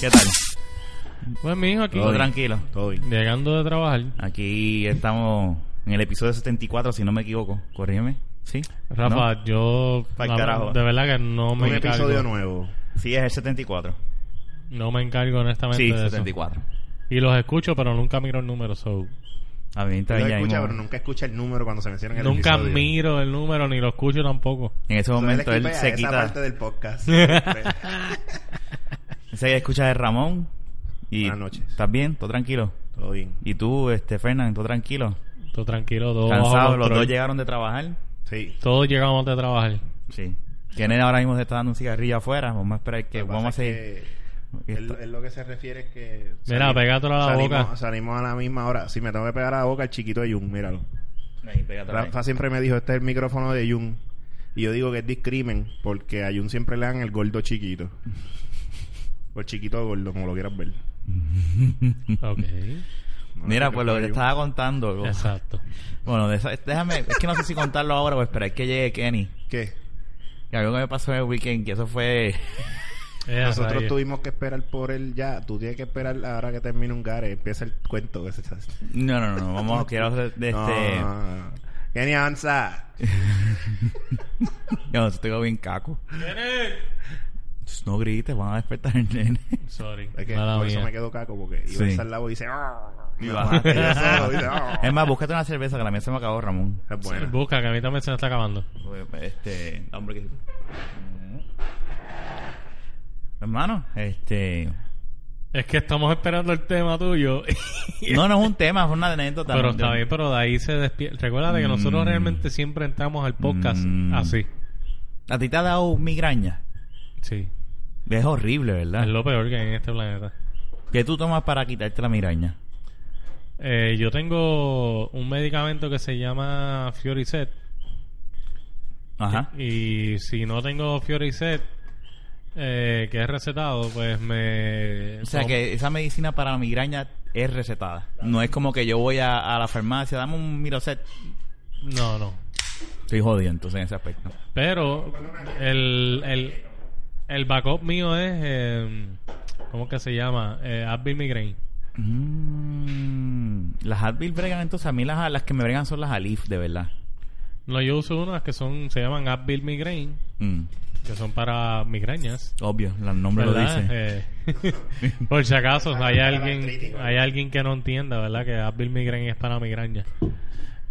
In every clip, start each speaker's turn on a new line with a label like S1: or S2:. S1: ¿Qué tal?
S2: Pues mi hijo aquí.
S1: Todo tranquilo. Todo bien.
S2: Llegando de trabajar.
S1: Aquí estamos en el episodio 74, si no me equivoco. Corrígeme. ¿Sí?
S2: Rafa,
S1: ¿No?
S2: yo
S1: Pa'l
S2: la-
S1: carajo.
S2: de verdad que no me
S3: Un
S2: encargo.
S3: episodio nuevo.
S1: Sí, es el 74.
S2: No me encargo honestamente
S1: Sí,
S2: de eso.
S1: 74.
S2: Y los escucho, pero nunca miro el número. So.
S1: A mí también
S3: Lo
S1: ya
S3: escucha,
S1: mismo-
S3: pero nunca escucha el número cuando se menciona en el
S2: Nunca
S3: episodio.
S2: miro el número ni lo escucho tampoco.
S1: En ese
S3: Entonces,
S1: momento él
S3: esquipea
S1: se
S3: esa
S1: quita.
S3: parte del podcast. Siempre.
S1: Se escucha de Ramón. Y
S3: Buenas noches.
S1: ¿Estás bien? ¿Todo tranquilo?
S3: Todo bien.
S1: ¿Y tú, este, Fernan? ¿Todo tranquilo?
S2: Todo tranquilo, todo bajo
S1: ¿Cansado? ¿Los
S2: control.
S1: dos llegaron de trabajar?
S3: Sí.
S2: Todos llegamos de trabajar.
S1: Sí. Kenneth ahora mismo se está dando un cigarrillo afuera. Vamos a esperar que...
S3: Lo que
S1: Vamos a
S3: pasa es
S1: seguir...
S3: que Él, él lo que se refiere es que.
S2: Mira,
S3: salimos-
S2: pégatelo a la
S3: salimos-
S2: boca.
S3: Salimos a la misma hora. Si me tengo que pegar a la boca al chiquito de Jun, míralo.
S1: Ahí, pégate ahí.
S3: eh, Rafa siempre me dijo: Este es el micrófono de Jun. Y yo digo que es discrimen porque a Jun siempre le dan el gordo chiquito. O el chiquito gordo, como lo quieras ver.
S2: Ok.
S3: No
S1: Mira,
S3: sé qué
S1: pues lo
S3: fue
S1: que te
S3: Jun.
S1: estaba contando...
S2: Exacto.
S1: Bueno, de esa- déjame... Es que no sé si contarlo ahora o esperar que llegue Kenny.
S3: ¿Qué?
S1: Que algo que me pasó en el weekend, que eso fue...
S2: Eh,
S3: Nosotros
S2: rayos.
S3: tuvimos que esperar por él ya. Tú tienes que esperar ahora que termine un gare. Empieza el cuento. Ese,
S2: Este,
S1: No, no, no. Vamos a... Quiero hacer de este...
S3: No, no, no. Kenny, avanza.
S1: Yo estoy bien caco. No grites, van a despertar el nene.
S2: Sorry.
S3: Es que
S2: Mala
S3: por eso
S2: mía.
S3: me quedo caco porque
S1: Sí.
S3: Iván al lado y dice... "Ah".
S1: Y
S3: Me
S1: va.
S3: mata, yo solo, dice, "Ah".
S1: Es más, búscate una cerveza que la mía se me acabó, Ramón.
S3: Es buena.
S2: Busca, que a mí también se me está acabando.
S1: Este, hombre que. Mm. Hermano, este.
S2: Es que estamos esperando el tema tuyo.
S1: No, no es un tema, es una anécdota.
S2: pero
S1: ¿no?
S2: está bien, pero de ahí se despierta. Recuerda que nosotros
S1: Mm.
S2: realmente siempre entramos al podcast
S1: Mm.
S2: así.
S1: A ti te ha dado migraña.
S2: Sí.
S1: Es horrible, ¿verdad?
S2: Es lo peor que hay en este planeta.
S1: ¿Qué tú tomas para quitarte la migraña?
S2: Eh, yo tengo un medicamento que se llama Fioricet.
S1: Ajá.
S2: Y si no tengo Fioricet, eh, que es recetado, pues me.
S1: O sea que esa medicina para la migraña es recetada. No es como que yo voy a, a la farmacia, dame un Miroset.
S2: No, no.
S1: Estoy jodido entonces en ese aspecto.
S2: Pero el, el, el backup mío es. eh, ¿Cómo que se llama? Eh, Advil Migraine.
S1: Mm, las Advil bregan, entonces a mí las, las que me bregan son las Alif, de verdad.
S2: No, yo uso unas que son se llaman Advil Migraine,
S1: Mm,
S2: que son para migrañas.
S1: obvio, el nombre
S2: ¿verdad?
S1: lo dice.
S2: Eh, por si acaso hay alguien hay alguien que no entienda, ¿verdad? Que Advil Migraine es para migrañas.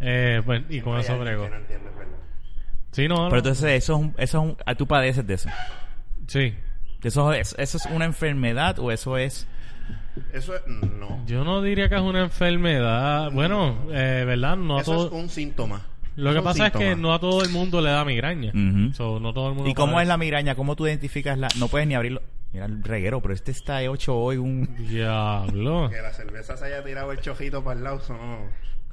S2: Eh, pues, y con eso brego.
S3: No entiendo, es verdad.
S2: Sí, no, no.
S1: Pero entonces eso es, un, eso es un- ah, tú padeces de eso.
S2: Sí.
S1: Eso es, eso es una enfermedad o eso es
S3: Eso es... No.
S2: Yo no diría que es una enfermedad. Bueno, eh, ¿verdad? No a
S3: Eso
S2: todo...
S3: es un síntoma.
S2: Lo que
S3: un
S2: pasa es que
S3: síntoma.
S2: no a todo el mundo le da migraña.
S1: Ujú.
S2: So, no todo el mundo
S1: y cómo
S2: para-
S1: es la migraña, cómo tú identificas la, no puedes ni abrirlo. Mira el reguero, pero este está hecho hoy un.
S2: Diablo.
S3: Que la cerveza se haya tirado el chojito para el lado, eso no...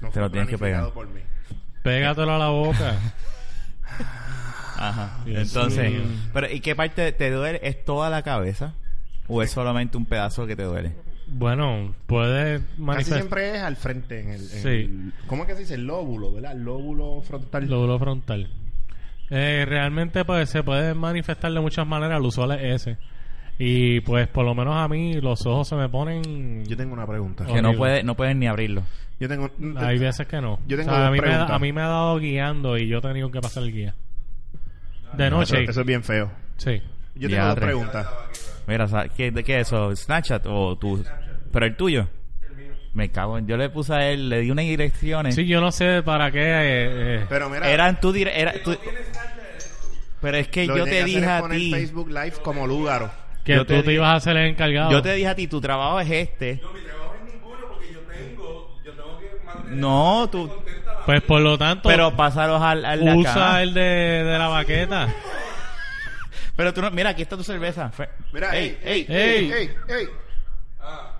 S3: no
S1: Te lo
S3: fue
S1: tienes que pegar.
S3: planificado por mí.
S2: Pégatelo a la boca.
S1: Ajá.
S2: Dios
S1: entonces,
S2: mío.
S1: pero ¿y qué parte te duele? ¿Es toda la cabeza o es solamente un pedazo que te duele?
S2: bueno, puede
S3: Casi
S2: manifestar
S3: siempre es al frente. En el, en
S2: Sí.
S3: el- ¿Cómo es que se dice? El lóbulo, ¿verdad? El lóbulo frontal.
S2: el lóbulo frontal. Eh, realmente pues se puede manifestar de muchas maneras, lo usual es ese. Y pues por lo menos a mí los ojos se me ponen...
S3: Yo tengo una pregunta.
S1: Que no
S2: Horrible.
S1: puedes no puedes ni abrirlo.
S3: Yo tengo...
S2: Hay veces que no.
S3: Yo tengo
S2: O sea, a,
S3: dos
S2: mí me,
S3: preguntas.
S2: a mí me ha dado guiando y yo he tenido que pasar el guía. De
S3: Eso,
S2: noche.
S3: Ah, eso es bien feo.
S2: Sí.
S3: Yo
S1: Ya,
S3: tengo dos
S1: tres.
S3: preguntas.
S1: Mira, sa- ¿qué, ¿de qué es eso? ¿Snapchat o tu...? ¿Pero el tuyo? Me cago en... Yo le puse a él, le di unas direcciones.
S2: Sí, yo no sé para qué... eh, eh.
S3: Pero mira...
S1: Eran tu... dire- Era, tú- Pero es que
S3: Lo
S1: yo
S3: que
S1: te dije
S3: tiene que hacer es
S1: a
S3: poner
S1: ti...
S3: Facebook Live como Lúgaro.
S2: que
S1: yo
S2: tú
S1: te
S2: te,
S1: di-
S2: ibas a hacer el encargado.
S1: Yo te dije a ti, tu trabajo es este.
S4: No, mi trabajo es ninguno porque yo tengo, yo tengo que mantener
S1: No, tú...
S4: contenta la
S2: Pues por lo tanto...
S1: Pero pásalos al, al de acá.
S2: Usa el de, de la baqueta.
S1: Pero tú no... Mira, aquí está tu cerveza. Fe-
S3: Mira, ey, ey,
S2: ey.
S3: ey, ey, ey.
S4: Ah,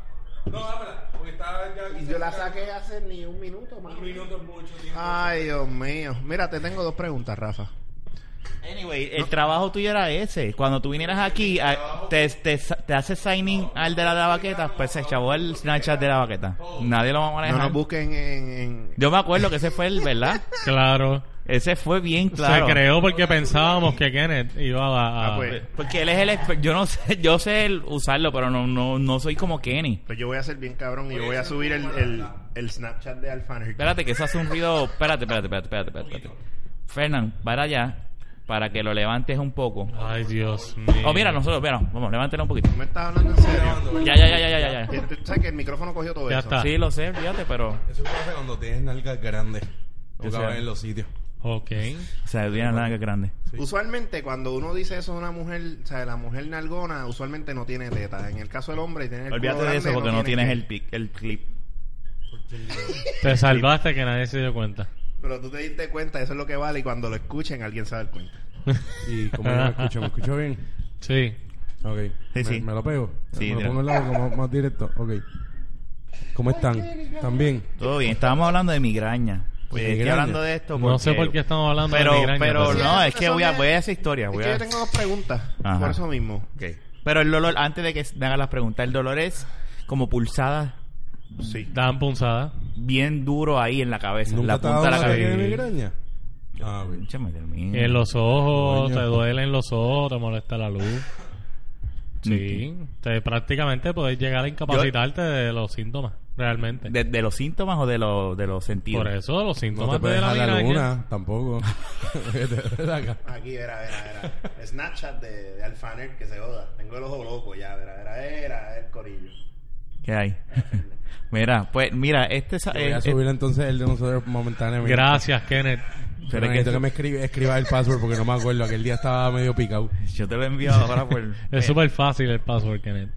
S4: no, ábrela, porque estaba ya
S3: Yo la saqué hace ni un minuto, más.
S4: un minuto es mucho tiempo.
S3: Ay, Dios mío. Mira, te tengo dos preguntas, Rafa.
S1: Anyway, el trabajo tuyo era ese. Cuando tú vinieras aquí, a- te, te, te haces signing al de la, de la baqueta, pues se chavó el Snapchat de la baqueta. Nadie lo va a
S3: No
S1: manejar.
S3: nos busquen en... en-
S1: Yo me acuerdo que ese fue el, ¿verdad?
S2: Claro.
S1: Ese fue bien claro.
S2: Se creó porque pensábamos que Kenneth iba a... a-
S3: Ah, pues.
S1: Porque él es el exper- yo no sé, yo sé el- usarlo, pero no, no, no soy como Kenny.
S3: Pues yo voy a ser bien cabrón y yo voy a subir el, el, el Snapchat de Alfaner.
S1: Espérate, que eso hace un ruido. Espérate, espérate, espérate, espérate, espérate. espérate. Fernan, para allá, para que lo levantes un poco.
S2: Ay, Dios mío.
S1: O mira, nosotros, mira, vamos, levántelo un poquito.
S3: ¿Me estás hablando en serio?
S1: Ya, ya, ya, ya, ya, ya.
S3: Este- ¿Sabes que el micrófono cogió todo
S2: Ya
S3: eso?
S2: está.
S1: Sí, lo sé, fíjate, pero.
S4: Eso pasa cuando tienes nalgas grandes. No
S1: Yo
S4: caben
S1: sé.
S4: en los sitios.
S2: Ok.
S1: O sea, tiene nada que grande.
S3: Usualmente cuando uno dice eso de una mujer, o sea, la mujer nalgona usualmente no tiene tetas. En el caso del hombre tiene el
S1: Olvídate
S3: culo
S1: de eso
S3: grande,
S1: porque no
S3: tiene-
S1: tienes el, pic- el clip.
S2: Te salvaste que nadie se dio cuenta.
S3: Pero tú te diste cuenta, eso es lo que vale y cuando lo escuchen alguien se va a dar cuenta.
S5: Y como yo me escucho, ¿me escucho bien?
S2: Sí.
S5: Ok.
S1: Sí,
S5: me,
S1: sí.
S5: me lo pego.
S1: Sí,
S5: me
S1: mira.
S5: lo pongo al lado como más directo. Ok. ¿Cómo están? ¿Están bien?
S1: Todo bien, estábamos hablando de migraña. Pues
S5: Migraña.
S1: estoy hablando de esto.
S2: No sé por qué estamos hablando de
S1: pero,
S2: migraña,
S1: Pero
S2: pero-
S1: no,
S3: Sí,
S1: es que
S3: eso
S1: voy a,
S3: me-
S1: voy a esa historia.
S3: Es
S1: Voy
S3: que
S1: a...
S3: yo tengo dos preguntas,
S1: Ajá.
S3: por eso mismo.
S1: Pero el dolor, antes de que me haga las preguntas, el dolor es como pulsada
S3: Sí.
S2: Dan punzada.
S1: bien duro ahí en la cabeza, en
S5: ¿Nunca
S1: la
S5: te ha dado
S1: punta de la
S5: un ataque
S1: cabeza.
S5: de migraña?
S4: Ah, bien.
S1: Escúchame, termina.
S2: En los ojos,
S5: Coño.
S2: te duelen los ojos, te molesta la luz. Sí. Te, prácticamente puedes llegar a incapacitarte de los síntomas, realmente.
S1: De, de los síntomas o de, los de los sentidos.
S2: Por eso, los
S5: No
S2: síntomas
S5: te
S2: de
S5: puedes
S2: la
S5: dejar la
S2: migraña.
S5: luna, tampoco. Porque te duele
S1: Eh,
S5: acá.
S3: Aquí, verá, verá, verá. Snapchat de, de Alfaner que se joda. Tengo el ojo loco ya, verá, verá, verá, el corillo.
S1: ¿Qué hay? mira, pues mira, este. sa-
S5: Voy a
S1: eh,
S5: subir entonces el de nosotros momentáneamente.
S2: Gracias, Kenneth.
S1: Pero
S5: Pero
S1: es
S5: necesito
S1: que-
S5: que, me escriba, escriba el password porque no me acuerdo. Aquel día estaba medio picado.
S1: eh, yo te lo he enviado ahora por.
S2: Es
S1: eh,
S2: súper fácil el password, Kenneth.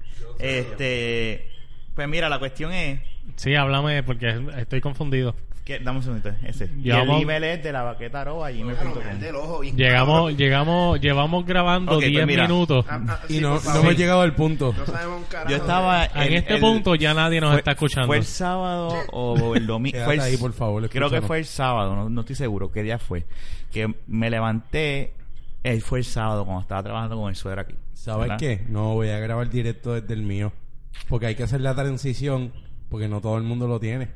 S1: Este. Pues mira, la cuestión es.
S2: Sí, háblame porque es- estoy confundido.
S1: Que, dame un segundito. Ese. Y el
S2: Llamamos-
S1: email es de la baqueta arroba
S3: Bueno, me arde Ah, el ojo. bien
S2: Llegamos,
S3: cabrón.
S2: llegamos, llevamos grabando
S1: Ok, pues
S2: 10
S1: mira.
S2: minutos.
S3: Ah, ah,
S5: Y
S3: sí,
S5: no,
S3: por
S5: no
S3: favor.
S5: hemos llegado al punto.
S3: No sabemos un carajo.
S1: Yo estaba.
S2: En
S1: el-
S2: este
S1: el-
S2: punto ya nadie nos
S1: fue-
S2: está escuchando.
S1: Fue el sábado o el domingo.
S5: Quédate ahí, por favor,
S1: Creo que
S5: escúchanos.
S1: fue el sábado, no, no estoy seguro qué día fue. Que me levanté. Él fue el sábado cuando estaba trabajando con el suegro aquí.
S5: ¿Sabes
S1: ¿verdad?
S5: qué? No, voy a grabar directo desde el mío. Porque hay que hacer la transición porque no todo el mundo lo tiene.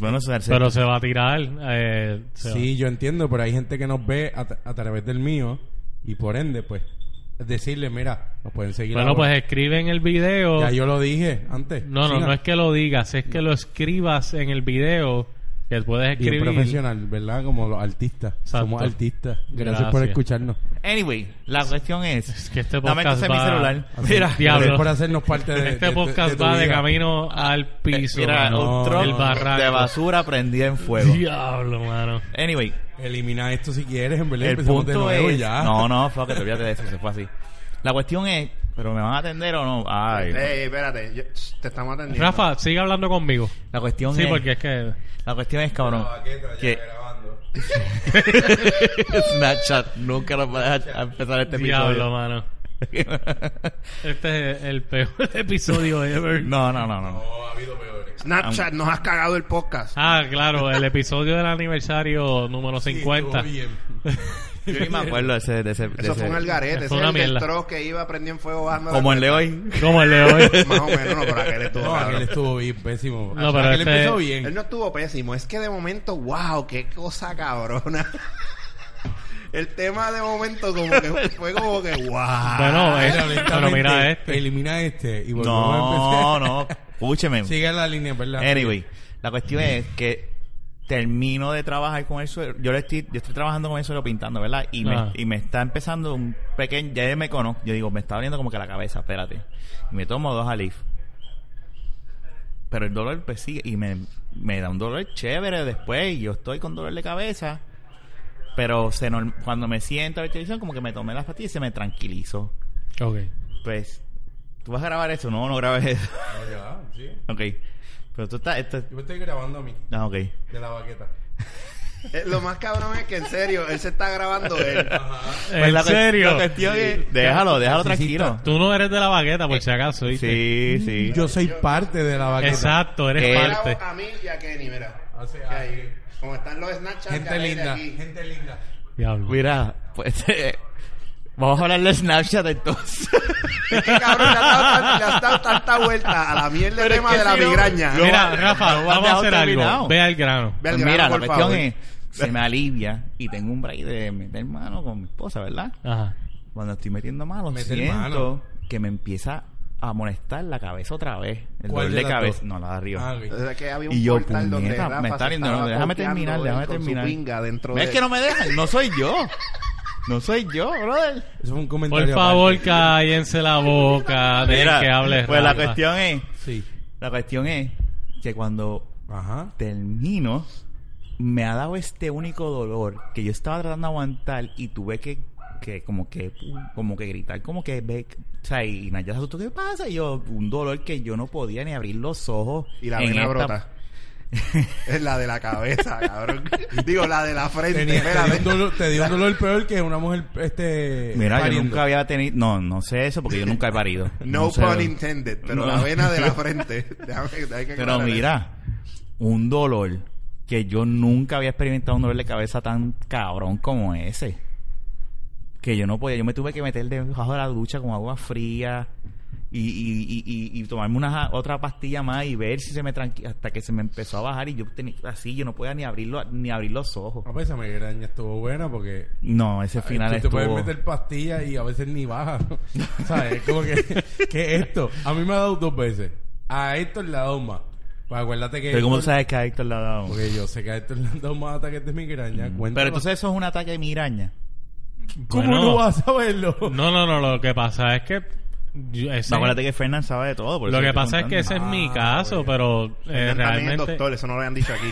S1: Bueno, se, se-
S2: Pero se va a tirar. eh, se
S5: Sí, yo entiendo, pero hay gente que nos ve a, tra- a través del mío y por ende, pues, decirle, mira, nos pueden
S2: va.
S5: seguir.
S2: Bueno,
S5: ahora.
S2: pues escribe en el video.
S5: Ya yo lo dije antes.
S2: No, no,
S5: Siga.
S2: no es que lo digas, es que lo escribas en el video que puedes
S5: Bien
S2: escribir.
S5: profesional, ¿verdad? Como los artistas.
S2: Exacto.
S5: Somos artistas. Gracias,
S2: Gracias.
S5: por escucharnos.
S1: Anyway, la cuestión es.
S2: Es que este
S1: dame
S2: podcast
S1: entonces mi
S2: va-
S1: celular. Mira.
S2: Diablo.
S5: Gracias por hacernos parte de
S2: Este
S5: de- de-
S2: podcast
S5: tu
S2: va de
S5: vida.
S2: camino al piso.
S1: Mira,
S2: mano.
S1: un tronco
S2: el barranco.
S1: de basura prendida en fuego.
S2: Diablo, mano.
S1: Anyway,
S5: Elimina esto si quieres, en verdad.
S1: el
S5: empecemos de
S1: punto
S5: nuevo y
S1: es.
S5: ya.
S1: No, no, fuck, it, olvídate de eso, se fue así. La cuestión es. ¿Pero me van a atender o no? Ay.
S3: Ey, espérate, yo- te estamos atendiendo.
S2: Rafa, sigue hablando conmigo.
S1: La cuestión
S2: Sí,
S1: es.
S2: porque es que.
S1: La cuestión es, cabrón.
S4: La baqueta ya
S1: que-
S4: grabando.
S1: Snapchat nunca nos va a dejar empezar este
S2: Diablo,
S1: episodio.
S2: mano. Este es el peor episodio ever.
S1: no, no, no, no, no.
S4: No, ha habido peores.
S3: Snapchat, nos has cagado el podcast.
S2: Ah, claro, el episodio del aniversario número 50.
S1: Yo ni me acuerdo de ese. De ese, de
S3: Eso fue
S1: ese-
S3: un algarete.
S2: Fue
S3: Ese es
S2: una
S3: el del
S2: mierda.
S3: troz que iba prendiendo fuego bajando.
S1: Como
S3: la-
S1: el de hoy.
S2: Como el de hoy.
S3: Más o menos, no, pero aquel estuvo.
S5: No,
S3: cabrón.
S5: aquel estuvo bien pésimo.
S2: No, pero
S5: aquel
S2: este-
S5: empezó bien.
S3: Él no estuvo pésimo. Es que de momento, wow, qué cosa cabrona. el tema de momento como que fue como que wow.
S1: Ah,
S2: Bueno, es- eh,
S5: Mira,
S2: pero
S5: honestamente,
S2: mira este.
S5: Elimina este y volvemos a
S1: No,
S5: empezar.
S1: no. Escúcheme.
S5: Sigue la línea, ¿verdad?
S1: Anyway, la cuestión es que termino de trabajar con el suelo. Yo le estoy, yo estoy trabajando con el suelo pintando, ¿verdad? Y me,
S2: Ajá.
S1: y me está empezando un pequeño, ya me conozco. Yo digo, me está doliendo como que la cabeza, espérate. Y me tomo dos alif. Pero el dolor pues sigue y me, me da un dolor chévere después. Y yo estoy con dolor de cabeza. Pero se norm- cuando me siento a ver televisión, como que me tomé las pastillas y se me tranquilizó.
S2: Ok.
S1: Pues, ¿tú vas a grabar eso? No, no grabes eso.
S5: No, ya, sí.
S1: ok. Pero tú estás... esto-
S5: Yo me estoy grabando a mí,
S1: Ah, ok.
S5: de la baqueta.
S3: Eh, Lo más cabrón es que en serio, él se está grabando él.
S1: Pues
S2: ¿En
S1: la cues-
S2: serio?
S1: la cuestión es- Déjalo, déjalo
S5: Sí, sí,
S1: tranquilo.
S2: Tú no eres de la bagueta, por si acaso, ¿viste?
S1: Eh, Sí, Eh, sí.
S5: "Mm, Yo soy parte de la baqueta.
S2: Exacto, eres
S1: Él-
S2: parte.
S3: A mí y a Kenny, mira.
S5: Hace
S3: Que ahí, Como están los Snapchat. que
S5: Gente
S3: hay de
S5: linda,
S3: aquí.
S5: gente linda.
S2: Diablo.
S1: Mira, pues... eh, Vamos a hablar de Snapchat entonces.
S3: Es que cabrón, le has dado, tan- le has dado tanta vuelta a la mierda el tema de la migraña.
S1: no-
S2: Mira, Rafa,
S1: no me has
S2: vamos a
S1: dejado
S2: hacer algo.
S1: terminado.
S2: Ve al grano.
S3: Ve al
S1: Pues Mira,
S3: grano,
S1: la
S3: por
S1: cuestión
S3: favor.
S1: es... se me alivia y tengo un break de meter mano con mi esposa, ¿verdad?
S2: Ajá.
S1: Cuando estoy metiendo mano,
S5: Meter
S1: siento
S5: mano.
S1: que me empieza a molestar la cabeza otra vez. El dolor
S5: ¿Cuál de
S1: de
S5: las
S1: cabeza.
S5: dos?
S1: No, la de arriba.
S5: Ah, ok.
S3: O sea, que había un
S1: Y yo,
S3: portal donde
S1: puñeta,
S3: Rafa
S1: me está
S3: se
S1: viendo, no,
S3: estaba
S1: déjame
S3: golpeando
S1: terminar, déjame
S3: con su
S1: terminar.
S3: pinga dentro
S1: ¿Ves
S3: de-
S1: que no me dejan? No soy yo. No soy yo, brother.
S5: Eso fue un comentario.
S2: Por favor,
S5: aparte.
S2: cállense la boca. Dejen que hable
S1: pues la
S2: Rafa.
S1: cuestión es,
S5: Sí.
S1: la cuestión es que cuando
S5: Ajá.
S1: termino, me ha dado este único dolor que yo estaba tratando de aguantar y tuve que, que como que como que gritar, como que ve, o sea, y Naya se asustó, ¿qué pasa? Y yo, un dolor que yo no podía ni abrir los ojos.
S3: Y la
S1: en
S3: vena
S1: esta-
S3: brota. es la de la cabeza, cabrón. Digo, la de la frente.
S5: Tenía-
S1: este
S5: te, dio
S3: espérate.
S5: un dolor, te dio un dolor peor que una mujer este
S1: Mira, yo
S5: pariendo.
S1: nunca había tenido, no, no sé eso porque yo nunca he parido.
S3: No,
S1: sé.
S3: pun intended, pero
S1: No.
S3: la vena de la frente. Déjame- hay que
S1: Pero
S3: aclarar
S1: mira, un dolor que yo nunca había experimentado un dolor de cabeza tan cabrón como ese. Que yo no podía, yo me tuve que meter debajo de la ducha con agua fría y, y- y- y- y tomarme una otra pastilla más y ver si se me tranqui hasta que se me empezó a bajar y yo tenía así, yo no podía ni abrirlo, ni abrir los ojos.
S5: A veces me graña pues, estuvo buena porque
S1: No, ese
S2: Este
S1: final
S5: Ay, tú te
S1: estuvo.
S5: puedes meter pastillas y a veces ni baja. ¿Sabes? Es Como que, que esto. A mí me ha dado dos veces. A Héctor le ha dado más. Pues acuérdate que.
S1: Pero ¿cómo tú sabes que a Héctor le ha dado?
S5: Porque yo sé que a Héctor le han dado más ataques de
S2: Mm.
S5: migraña.
S1: Pero
S5: Cuéntalo.
S1: entonces eso es un ataque de miraña.
S5: ¿cómo
S2: Bueno,
S5: no vas a saberlo?
S2: No, no, no. Lo que pasa es que. yo- ese-
S1: Acuérdate que Fernán sabe de todo. por
S2: lo
S1: eso
S2: que
S1: estoy
S2: pasa es que ese
S1: contando.
S2: es mi
S5: Ah,
S2: caso, pero eh,
S3: eso. También el
S2: realmente.
S3: doctor, eso no lo habían dicho aquí.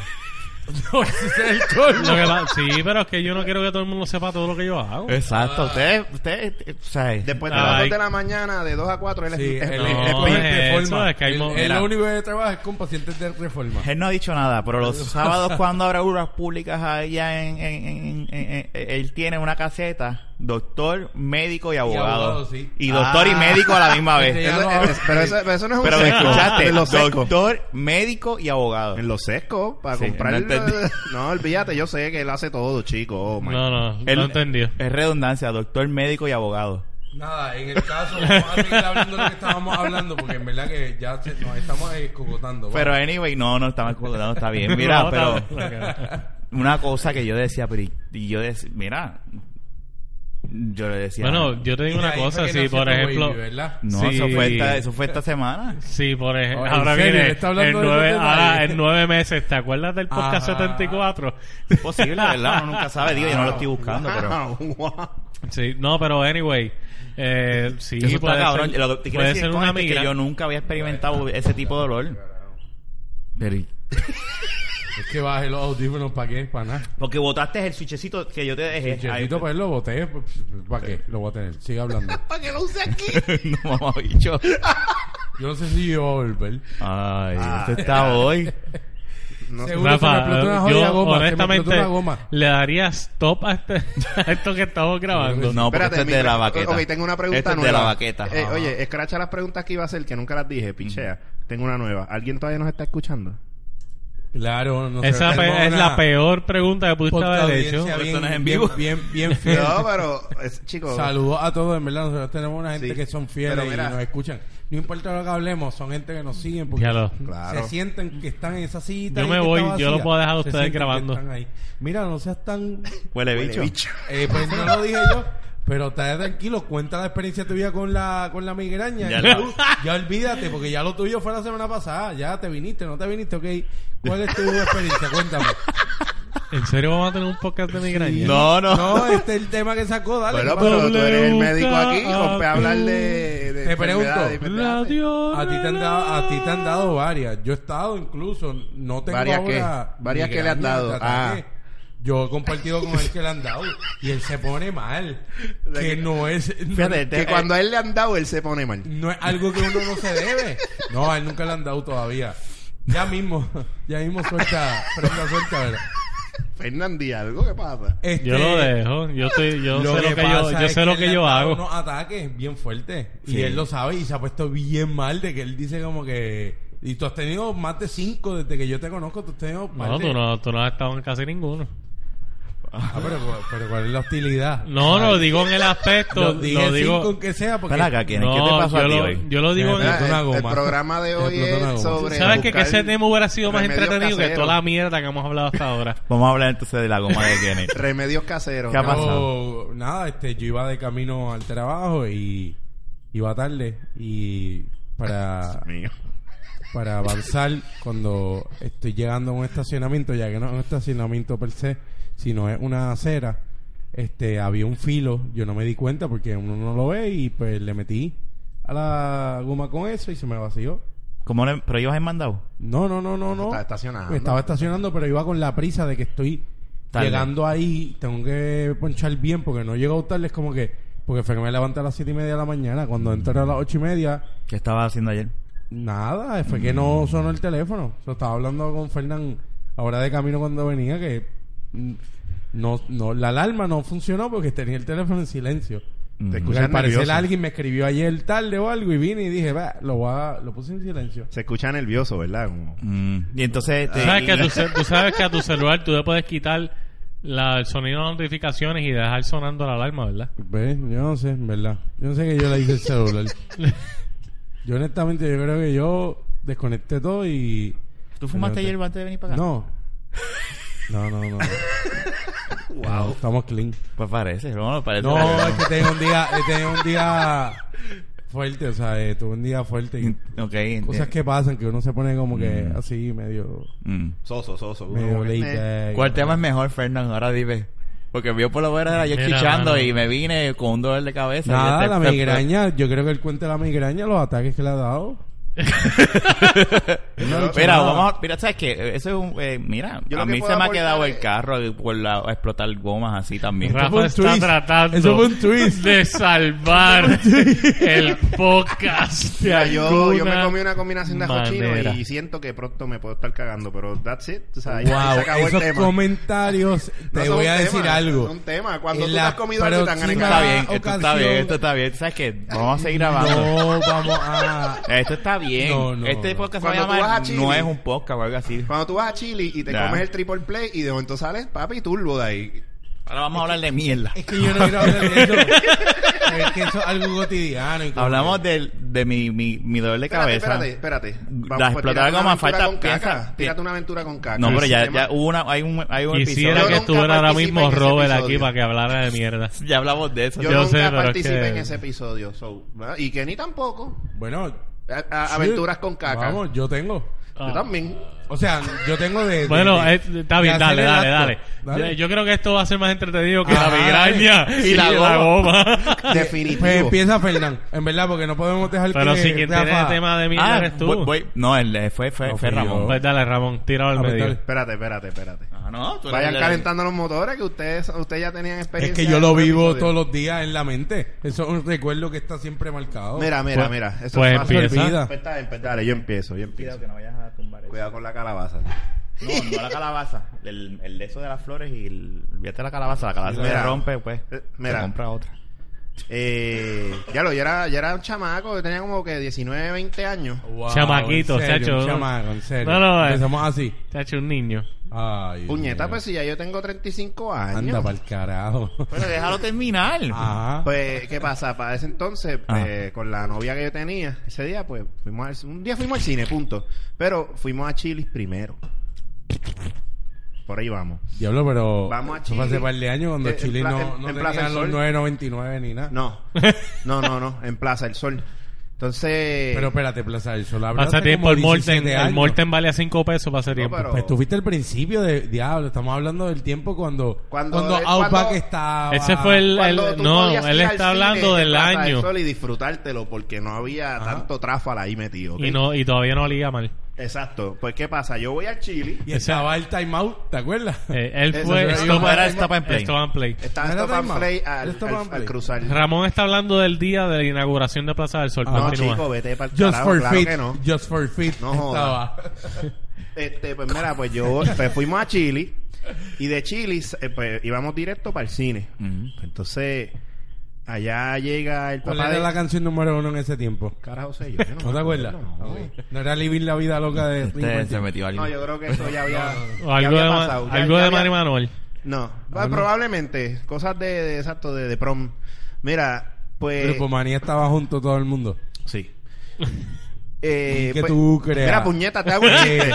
S5: No, ese es el colmo.
S2: Lo que pa- sí, pero es que yo no quiero que todo el mundo sepa todo lo que yo hago.
S1: Exacto, usted, usted, o sea,
S3: Después de las
S2: Ay.
S3: 2 de la mañana, de 2 a 4, él es-
S5: Sí,
S3: es-
S5: él
S2: no,
S5: es-
S3: es-
S5: él es de
S2: eso,
S5: reforma.
S2: es que hay
S5: Él-
S2: mo-
S5: él
S2: Mira.
S5: lo único que trabaja es con pacientes de reforma.
S1: Él no ha dicho nada, pero los sábados cuando habrá obras públicas allá en, en- en- en- en- él tiene una caseta, doctor, médico y abogado.
S5: abogado, sí.
S1: Y doctor y
S3: Ah.
S1: médico a la misma vez.
S5: Sí.
S3: eso-
S5: no,
S3: es- pero, eso, pero eso no es un
S1: Pero me
S3: sesco.
S1: escuchaste,
S3: En los sescos.
S1: doctor, médico y abogado.
S3: En los sescos, para
S1: Sí,
S3: comprar.
S1: no
S3: No,
S1: entendí.
S3: olvídate, yo sé que él hace todo, chico. Oh, my
S2: No, no,
S1: Él-
S2: no entendió.
S1: Es redundancia, doctor, médico y abogado.
S5: Nada, en el caso, vamos a seguir hablando de lo que estábamos hablando porque en verdad que ya se- nos estamos eh, cocotando.
S1: Pero anyway, no, no, estaba no, está bien. Mira,
S2: No,
S1: pero
S2: está-
S1: una cosa que yo decía, pero y- y yo decía, mira, yo le decía,
S2: Bueno, yo te digo una
S5: Ahí fue
S2: cosa,
S5: que
S2: si
S5: nació
S2: por
S5: tu
S2: ejemplo...
S5: baby, ¿verdad?
S1: no,
S2: sí.
S1: eso, fue esta, eso fue esta semana.
S2: Sí, por ejemplo,
S5: Oh, ¿en
S2: ahora
S5: serio?
S2: viene
S5: ¿Le está hablando
S2: en
S5: de ese
S2: nueve,
S5: tema?
S2: ahora en nueve meses, ¿te acuerdas del podcast
S5: Ajá.
S2: 74?
S1: Es posible, ¿verdad? Uno nunca sabe, digo, yo no lo estoy buscando, pero...
S3: Wow, wow.
S2: Sí, no, pero anyway, eh, sí,
S1: Eso está
S2: puede
S1: cabrón.
S2: ser,
S1: Lo que te quiero
S2: puede
S1: decir
S2: ser
S1: con
S2: una
S1: esto es
S2: migra.
S1: que yo nunca había experimentado ese tipo de dolor. Pero, ¿y-
S5: Es que bajé los audífonos, ¿para qué? Para nada.
S1: porque botaste el switchecito que yo te dejé. Ahí-
S5: Chefito, pues lo boté. ¿Para qué? Lo voy a tener. Sigue hablando.
S3: ¿Para que lo use aquí?
S2: pues.
S1: no, mamá, bicho.
S5: Yo no sé si yo voy a volver.
S1: Ay,
S2: Ah.
S1: esto está hoy.
S3: No sé.
S5: Seguro se me
S2: Rafa,
S5: explotó una jodida
S2: yo
S5: goma. se me
S2: honestamente
S5: explotó una goma.
S2: le daría stop a, este, a esto que estamos grabando.
S1: No, porque esto es de
S3: mi-
S1: la baqueta.
S3: Ok, tengo una pregunta
S1: Esto es
S3: nueva.
S1: de la baqueta.
S3: Eh,
S1: Ajá.
S3: oye, escracha las preguntas que iba a hacer, que nunca las dije, pichea. Tengo una nueva. ¿Alguien todavía nos está escuchando?
S5: Claro, pues, no sé.
S2: Esa pe-
S5: Tengo
S2: es
S5: una
S2: la peor pregunta que pudiste
S5: poca
S2: haber hecho.
S5: audiencia Bien,
S1: Esto no es en
S5: bien-
S1: vivo.
S5: Bien, bien, fiel.
S3: No, pero, es- chicos.
S5: Saludos a todos, en verdad. Nosotros tenemos una gente
S3: Sí,
S5: que son fieles
S3: pero
S5: y
S3: mira.
S5: nos escuchan. No importa lo que hablemos, son gente que nos siguen porque
S2: Ya lo-
S3: Claro.
S5: se sienten que están en esa cita.
S2: Yo
S5: y
S2: me
S5: que
S2: voy,
S5: está
S2: yo lo
S5: vacía.
S2: puedo dejar a
S5: Se
S2: ustedes
S5: sienten que
S2: grabando.
S5: están ahí. Mira, no seas tan
S1: Huele
S3: Huele
S1: bicho.
S3: bicho.
S5: Eh, pues no lo dije yo. Pero está tranquilo, cuenta la experiencia tuya con la, con la migraña.
S1: Ya
S5: Ya,
S1: la-
S5: tú- ya olvídate, porque ya lo tuyo fue la semana pasada. Ya te viniste, no te viniste, ok. ¿Cuál es tu experiencia? Cuéntame.
S2: ¿En serio vamos a tener un podcast de migraña?
S1: No, no.
S5: No, este es el tema que sacó, dale.
S3: Bueno, pues-
S5: ¿qué pasa?
S3: pero tú eres el
S2: W
S3: médico aquí,
S2: K
S3: rompe a
S2: A
S3: hablar
S2: P.
S3: de. de
S5: Te pregunto,
S3: enfermedades, enfermedades.
S2: Radio
S5: Pues a ti te han dado, a ti te han dado varias. Yo he estado incluso, no tengo
S3: ¿Varias qué?
S5: ahora
S3: ¿Varias que le
S5: migraña,
S3: han dado?
S5: ataque.
S3: Ah.
S5: Yo he compartido con él que le han dado y él se pone mal.
S3: O sea que-
S5: Que no es
S1: Fíjate,
S3: Que
S1: eh,
S3: cuando a él le han dado, él se pone mal.
S5: No es algo que uno no se debe. No, a él nunca le han dado todavía. Ya mismo, ya mismo suelta, prenda suelta, ¿verdad?
S3: Fernández, ¿algo que pasa?
S5: Este,
S2: Yo lo dejo. Yo, estoy, yo sé lo que yo,
S5: pasa
S2: yo
S5: es
S2: sé lo
S5: él le
S2: que
S5: han
S2: yo
S5: dado
S2: hago.
S5: Unos ataques bien fuertes.
S1: Sí.
S5: Y él lo sabe y se ha puesto bien mal de que él dice como que... Y tú has tenido más de cinco desde que yo te conozco. Tú has tenido más
S2: No,
S5: de-
S2: tú no, tú no has estado en casi ninguno.
S5: Ah, pero, pero ¿cuál es la hostilidad?
S2: No, no, lo digo en el aspecto.
S5: Lo
S2: lo
S5: dije sin
S2: digo.
S5: con que sea porque...
S1: Para acá, ¿quién? ¿Qué te
S2: No,
S1: pasó a
S2: yo
S1: ti
S2: lo-
S1: hoy?
S2: Yo lo digo en el
S5: Mira,
S3: Mira,
S5: explotó una
S3: el, el
S5: goma.
S3: programa de hoy
S5: Explotó una
S3: es
S5: goma.
S3: sobre.
S2: ¿Sabes qué? Que ese
S3: buscar
S2: tema hubiera sido más
S3: remedios
S2: entretenido que
S3: caseros.
S2: toda la mierda que hemos hablado hasta ahora.
S1: Vamos a hablar entonces de la goma de Kenneth.
S3: Remedios caseros.
S1: ¿Qué ha
S5: Yo-
S1: pasado?
S5: nada, este, yo iba de camino al trabajo y iba tarde y para,
S3: Mío.
S5: para avanzar cuando estoy llegando a un estacionamiento, ya que no es un estacionamiento per se, sino es una acera, este, había un filo, yo no me di cuenta porque uno no lo ve y pues le metí a la goma con eso y se me vació.
S1: ¿Cómo le- ¿Pero ibas en mandado?
S5: No, no, no, no, no.
S3: Estaba estacionando.
S5: Pues Estaba estacionando, pero iba con la prisa de que estoy
S1: Tarde.
S5: llegando ahí. Tengo que ponchar bien porque no llego tarde. Es como que... Porque fue que me levanté a las siete y media de la mañana. Cuando entré a las ocho y media,
S1: ¿Qué estabas haciendo ayer?
S5: nada. Fue que no sonó el teléfono. Yo estaba hablando con Fernán ahora de camino cuando venía que... mm, No, no, la alarma no funcionó porque tenía el teléfono en silencio.
S3: Te
S5: Porque
S3: escuchas
S5: al parecer
S3: nervioso.
S5: alguien me escribió ayer tarde o algo y vine y dije, "Va, lo, voy a- lo puse en silencio.
S3: Se escucha nervioso, ¿verdad? Como-
S1: Mm, Y
S5: Ah,
S1: entonces... te-
S2: ¿Sabes que a tu ce- tú sabes que a tu celular tú le puedes quitar la, el sonido de las notificaciones y dejar sonando la alarma, ¿verdad?
S5: Ve, Pues, yo no sé, en verdad. Yo no sé que yo le hice el celular. yo honestamente yo creo que yo desconecté todo y...
S1: ¿Tú fumaste
S5: Pero-
S1: ayer antes de venir para acá?
S5: No. No, no, no. wow. Estamos clean.
S1: Pues parece, no, parece.
S5: No, es que tenía un día, he tenido un día fuerte, o sea, eh, tuve un día fuerte. y
S1: Ok, entiendo.
S5: cosas que pasan que uno se pone como que así medio...
S1: Mm.
S3: Soso, soso.
S5: medio eh.
S3: Como que-
S5: laid back.
S1: ¿Cuál tema es mejor, Fernando? Ahora dime. Porque vio por lo menos era yo
S2: Mira,
S1: chichando
S2: mano.
S1: y me vine con un dolor de cabeza. Y
S5: Nada,
S1: este-
S5: la migraña, yo creo que él cuenta la migraña, los ataques que le ha dado. Él no ha dicho
S1: Mira,
S5: nada.
S1: vamos a... Mira, ¿sabes qué? Eso es un... eh, mira,
S3: Yo lo
S1: a
S3: que
S1: mí
S3: puedo
S1: se me ha
S3: aportar
S1: quedado el
S3: es-
S1: carro y por la, a explotar gomas así también.
S5: Ra- fue
S2: Rafa
S5: un
S2: está
S5: twist.
S2: tratando
S5: Eso fue un twist.
S2: de salvar el podcast. De
S3: Mira, yo, yo me
S2: alguna
S3: comí una combinación de ajos
S2: manera.
S3: chinos y siento que pronto me puedo estar cagando, pero that's it. O sea, ahí- ahí se acabó
S5: Wow,
S3: el
S5: esos
S3: tema.
S5: comentarios
S3: No
S5: te
S3: son
S5: voy a
S3: un
S5: decir
S3: tema,
S5: algo.
S3: Es un tema. Cuando
S5: En
S3: tú
S5: la
S3: te has comido algo y te han
S5: próxima-
S1: Esto está bien, esto está
S5: ocasión.
S1: bien, esto está bien. ¿Sabes qué? Vamos a seguir grabando.
S5: No, vamos a.
S1: Esto está bien.
S5: No, no,
S1: este
S5: no.
S1: podcast
S3: Cuando
S1: se
S3: tú
S1: va a
S3: vas a
S1: llamar
S3: Chile-
S1: No es un podcast o algo así.
S3: Cuando tú vas a Chile y te
S1: Ya.
S3: comes el triple play y de momento sales, papi, turbo de ahí.
S1: Ahora vamos a hablar de mierda.
S5: Es que yo no quiero hablar de eso. es que eso es algo cotidiano. y como
S1: Hablamos del- de, mi, mi, mi dolor de
S3: Espérate,
S1: cabeza.
S3: espérate, espérate.
S1: La
S3: pues,
S1: explotada
S3: tírate una
S1: como
S3: aventura
S1: falta-
S3: con caca.
S1: piensa-
S3: Tírate una aventura con caca.
S1: No, pero
S3: Ese
S1: ya,
S3: tema-
S1: ya hubo una, hay un, hay un
S2: Quisiera
S1: episodio.
S2: que
S3: Yo nunca
S2: estuviera ahora
S3: participé
S2: mismo
S3: en ese
S2: Robert
S3: episodio.
S2: aquí para que hablara de mierda.
S1: Ya hablamos de eso.
S3: Yo,
S2: Yo
S3: nunca
S2: sé, pero es
S3: participé
S2: que-
S3: en ese episodio. so, ¿verdad? y Kenny tampoco.
S5: Bueno,
S3: A- a-
S5: sí,
S3: aventuras con caca.
S5: Vamos, yo tengo.
S3: Yo también.
S5: O sea, yo tengo de. de-
S2: Bueno,
S5: de-
S2: eh, está
S5: de
S2: bien,
S5: hacer
S2: dale,
S5: el
S2: dale, dale.
S5: acto. Dale.
S2: Yo, yo creo que esto va a ser más entretenido que
S5: Ajá,
S2: la migraña
S5: dale.
S2: y, la goma.
S3: Definitivo.
S5: Pues empieza Fernán, en verdad, porque no podemos dejar
S2: pero
S5: que.
S2: si quien
S5: Rafa-
S2: tiene el tema de mierda
S1: Ah,
S2: eres tú.
S1: voy- voy- no, el, fue, fue,
S5: No,
S1: fue
S5: fui
S1: Ramón.
S5: yo.
S2: Pues dale, Ramón, tíralo al
S5: Ah, pues
S2: medio.
S5: dale.
S3: Espérate, espérate, espérate.
S1: Ah, no, tú eres
S3: Vayan
S1: el-
S3: calentando los motores que ustedes, ustedes ya tenían
S5: Es
S3: experiencia.
S5: que yo lo
S3: en
S5: vivo
S3: episodios.
S5: todos los días en la mente. Eso es un recuerdo que está siempre marcado.
S3: Mira, mira,
S2: Pues-
S3: mira. Eso
S2: pues
S3: es fácil.
S2: empieza.
S5: Olvida.
S3: Pues está bien, pues dale, yo empiezo, yo empiezo.
S1: Cuidado que no vayas a tumbar eso.
S3: Cuidado con la calabaza.
S1: No, no la calabaza. El, el de eso de las flores y el. Vete la calabaza. La calabaza
S3: Mira.
S1: se rompe, pues.
S3: Eh,
S1: Se
S3: mira.
S1: compra otra.
S3: Eh, ya lo, yo era, yo era un chamaco, yo tenía como que 19, 20 años.
S5: Wow,
S2: Chamaquito,
S5: en serio,
S2: chacho.
S5: un Chamaco, en serio.
S2: No, no, eh.
S5: Empezamos así.
S2: Te ha hecho un niño.
S5: Ay,
S3: Puñeta,
S5: Dios.
S3: pues si ya yo tengo 35 años.
S5: Anda pa'l carajo.
S1: Pero déjalo terminar.
S5: Ajá.
S3: Pues, ¿qué pasa? Para ese entonces,
S5: Ah.
S1: Ajá.
S3: pues, con la novia que yo tenía, ese día, pues, fuimos al- un día fuimos al cine, punto. Pero fuimos a Chili's primero. Por ahí vamos.
S5: Diablo, pero.
S3: Vamos a
S5: eso fue hace
S3: Chile.
S5: par de años cuando
S3: Eh, en
S5: Chile
S3: Pla-
S5: no,
S3: en-
S5: no
S3: en
S5: tenía
S3: Plaza del
S5: los
S3: Sol.
S5: 9.99 ni nada.
S3: No, no, no, no, en Plaza del Sol. Entonces,
S5: Pero espérate, Plaza del Sol. abrió
S2: Pasa
S5: hace
S2: tiempo
S5: como
S2: el Morten.
S5: 17
S2: El
S5: años.
S2: Morten vale a 5 pesos para ese
S3: No,
S2: tiempo.
S3: pero-
S5: Pues tú fuiste al principio de Diablo. Estamos hablando del tiempo cuando.
S3: Cuando-
S5: Cuando,
S3: eh,
S5: Outback
S3: cuando-
S5: estaba.
S2: Ese fue el...
S3: cuando
S2: el-
S3: tú
S2: no,
S3: podías
S2: él
S3: ir al
S2: está
S3: cine
S2: hablando
S3: de
S2: del
S3: Plaza del
S2: año.
S3: Sol y disfrutártelo porque no había tanto tráfala ahí metido. ¿ok?
S2: Y, no, y todavía no olía mal.
S3: Exacto. Pues, ¿qué pasa? Yo voy al Chili.
S5: Y
S2: ese-
S5: estaba el timeout, ¿te acuerdas?
S2: Eh, él
S3: Eso
S2: fue...
S3: era-
S2: stop-
S1: no, era stop and play.
S2: Stop and play.
S3: Estaba
S5: ¿No era
S3: Stop and
S5: timeout?
S3: Play al,
S5: ¿Era stop
S3: al-
S5: and play?
S3: al cruzar.
S2: Ramón está hablando del día de la inauguración de Plaza del Sol.
S5: Ah,
S3: No,
S2: Continúa.
S3: chico, vete para el
S5: Just
S3: carajo,
S5: for
S3: claro
S5: fit.
S3: que no.
S5: Just for fit.
S3: No
S5: estaba.
S3: Este, pues mira, pues yo pues fuimos a Chile y de Chile eh, pues íbamos directo para el cine.
S1: Ujú.
S3: Entonces, allá llega el
S5: ¿Cuál
S3: papá
S5: era
S3: de
S5: la canción número uno en ese tiempo?
S3: carajo sé yo. yo
S5: ¿No te
S3: me
S5: acuerdas?
S3: acuerdo,
S5: No,
S3: No,
S5: era Living la Vida Loca de
S1: Este se
S5: Springfield.
S1: metió algo.
S3: No, yo creo que eso ya
S2: O
S3: había, ya
S2: algo
S3: había
S2: de, Ma-
S3: pasado. Ya-
S2: algo
S3: ya
S2: de
S3: había-
S2: Manny Manuel.
S3: No,
S5: Ah,
S3: Ah,
S5: no.
S3: probablemente. Cosas de, de- exacto, de, de prom. Mira, pues.
S5: Grupo Manía estaba junto todo el mundo.
S3: Sí. Eh,
S5: ¿Y qué tú creas?
S3: Mira, puñeta, te hago un chiste.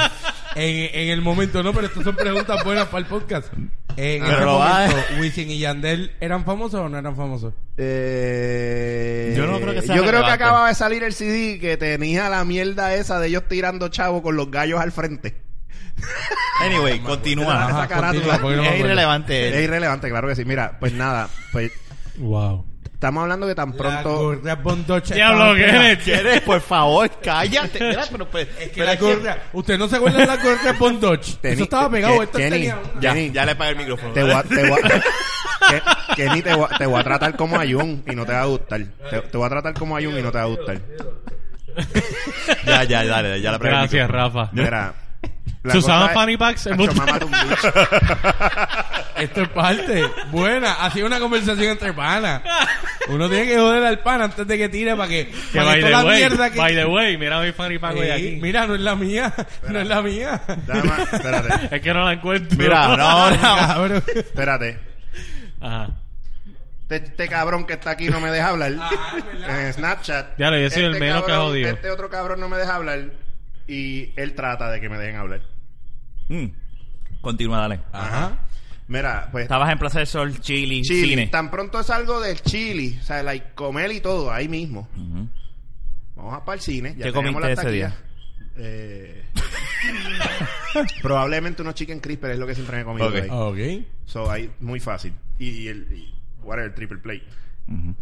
S5: Eh, En, en el momento, no, pero estas son preguntas buenas para el podcast. En
S1: Pero
S5: ese
S1: lo va a-
S5: momento, Wisin y Yandel, ¿eran famosos o no eran famosos?
S3: Eh,
S1: Yo no creo que sea
S3: Yo creo que
S1: relevante.
S3: acaba de salir el CD que tenía la mierda esa de ellos tirando chavo con los gallos al frente.
S1: Anyway, continúa.
S3: Ajá,
S5: continúa, porque no me
S1: Ah, es
S5: acuerdo.
S1: irrelevante.
S3: Es irrelevante, claro que sí. Mira, pues nada, pues
S2: Wow.
S3: estamos hablando que tan
S5: La
S3: pronto.
S5: gorra bondocha
S2: Diablo,
S5: estaba
S2: ¿qué
S5: pegada.
S2: eres?
S1: ¿Quieres? Por favor, cállate. Mira, pero, pues,
S5: Es que
S1: pero
S5: la
S1: es que-
S5: gorra- ¿Usted no se acuerda de la gorra bondocha? Eso
S3: Teni-
S5: estaba pegado.
S3: Ke-
S5: Esto
S3: Kenny,
S5: tenía una-
S1: Ya,
S3: Kenny,
S1: ya le pagué el micrófono.
S3: te voy a, te voy a- Ke- Kenny, te voy a- te voy a tratar como a Jun y no te va a gustar. Te, te voy a tratar como a Jun y no te va a gustar.
S1: ya, ya, dale, ya le pagué el
S2: Gracias,
S1: micrófono.
S2: Rafa.
S3: Mira. la
S2: Susana
S3: cosa es-
S2: Fanny Packs, el
S3: Acho,
S2: bot-
S3: mamá, tú un bicho.
S5: Esto es parte. Buena. Ha sido una conversación entre panas. Uno tiene que joder al pana antes de que tire para que...
S2: Que
S5: para
S2: by
S5: toda
S2: the,
S5: la
S2: way,
S5: mierda que-
S2: by the way, mira mi Fanny Pack hoy
S5: Sí,
S2: aquí.
S5: Mira, no es la mía. No es la mía.
S3: Dama, espérate,
S2: Es que no la encuentro.
S1: Mira, no, no.
S5: Cabrón.
S3: espérate.
S2: Ajá.
S3: Este, este cabrón que está aquí no me deja hablar. en Snapchat.
S2: Ya lo, yo soy el menos que
S3: cabrón-
S2: jodido.
S3: Este otro cabrón no me deja hablar. Y él trata de que me dejen hablar.
S1: Mm. Continúa, dale.
S5: Ajá.
S3: Mira, pues.
S1: Estabas en Plaza del Sol, Chili,
S3: chili.
S1: Cine.
S3: Tan pronto salgo del chili. O sea, like, comer y todo, ahí mismo.
S1: Ujú.
S3: Vamos a para el cine. Ya
S1: ¿Qué
S3: tenemos
S1: comiste
S3: las
S1: ese día?
S3: taquillas. Eh, probablemente unos chicken crispers es lo que siempre me he comido.
S1: Ok.
S3: de ahí.
S5: Ok.
S3: So, ahí, muy fácil. Y, y el. y- whatever, triple play.
S1: Ujú.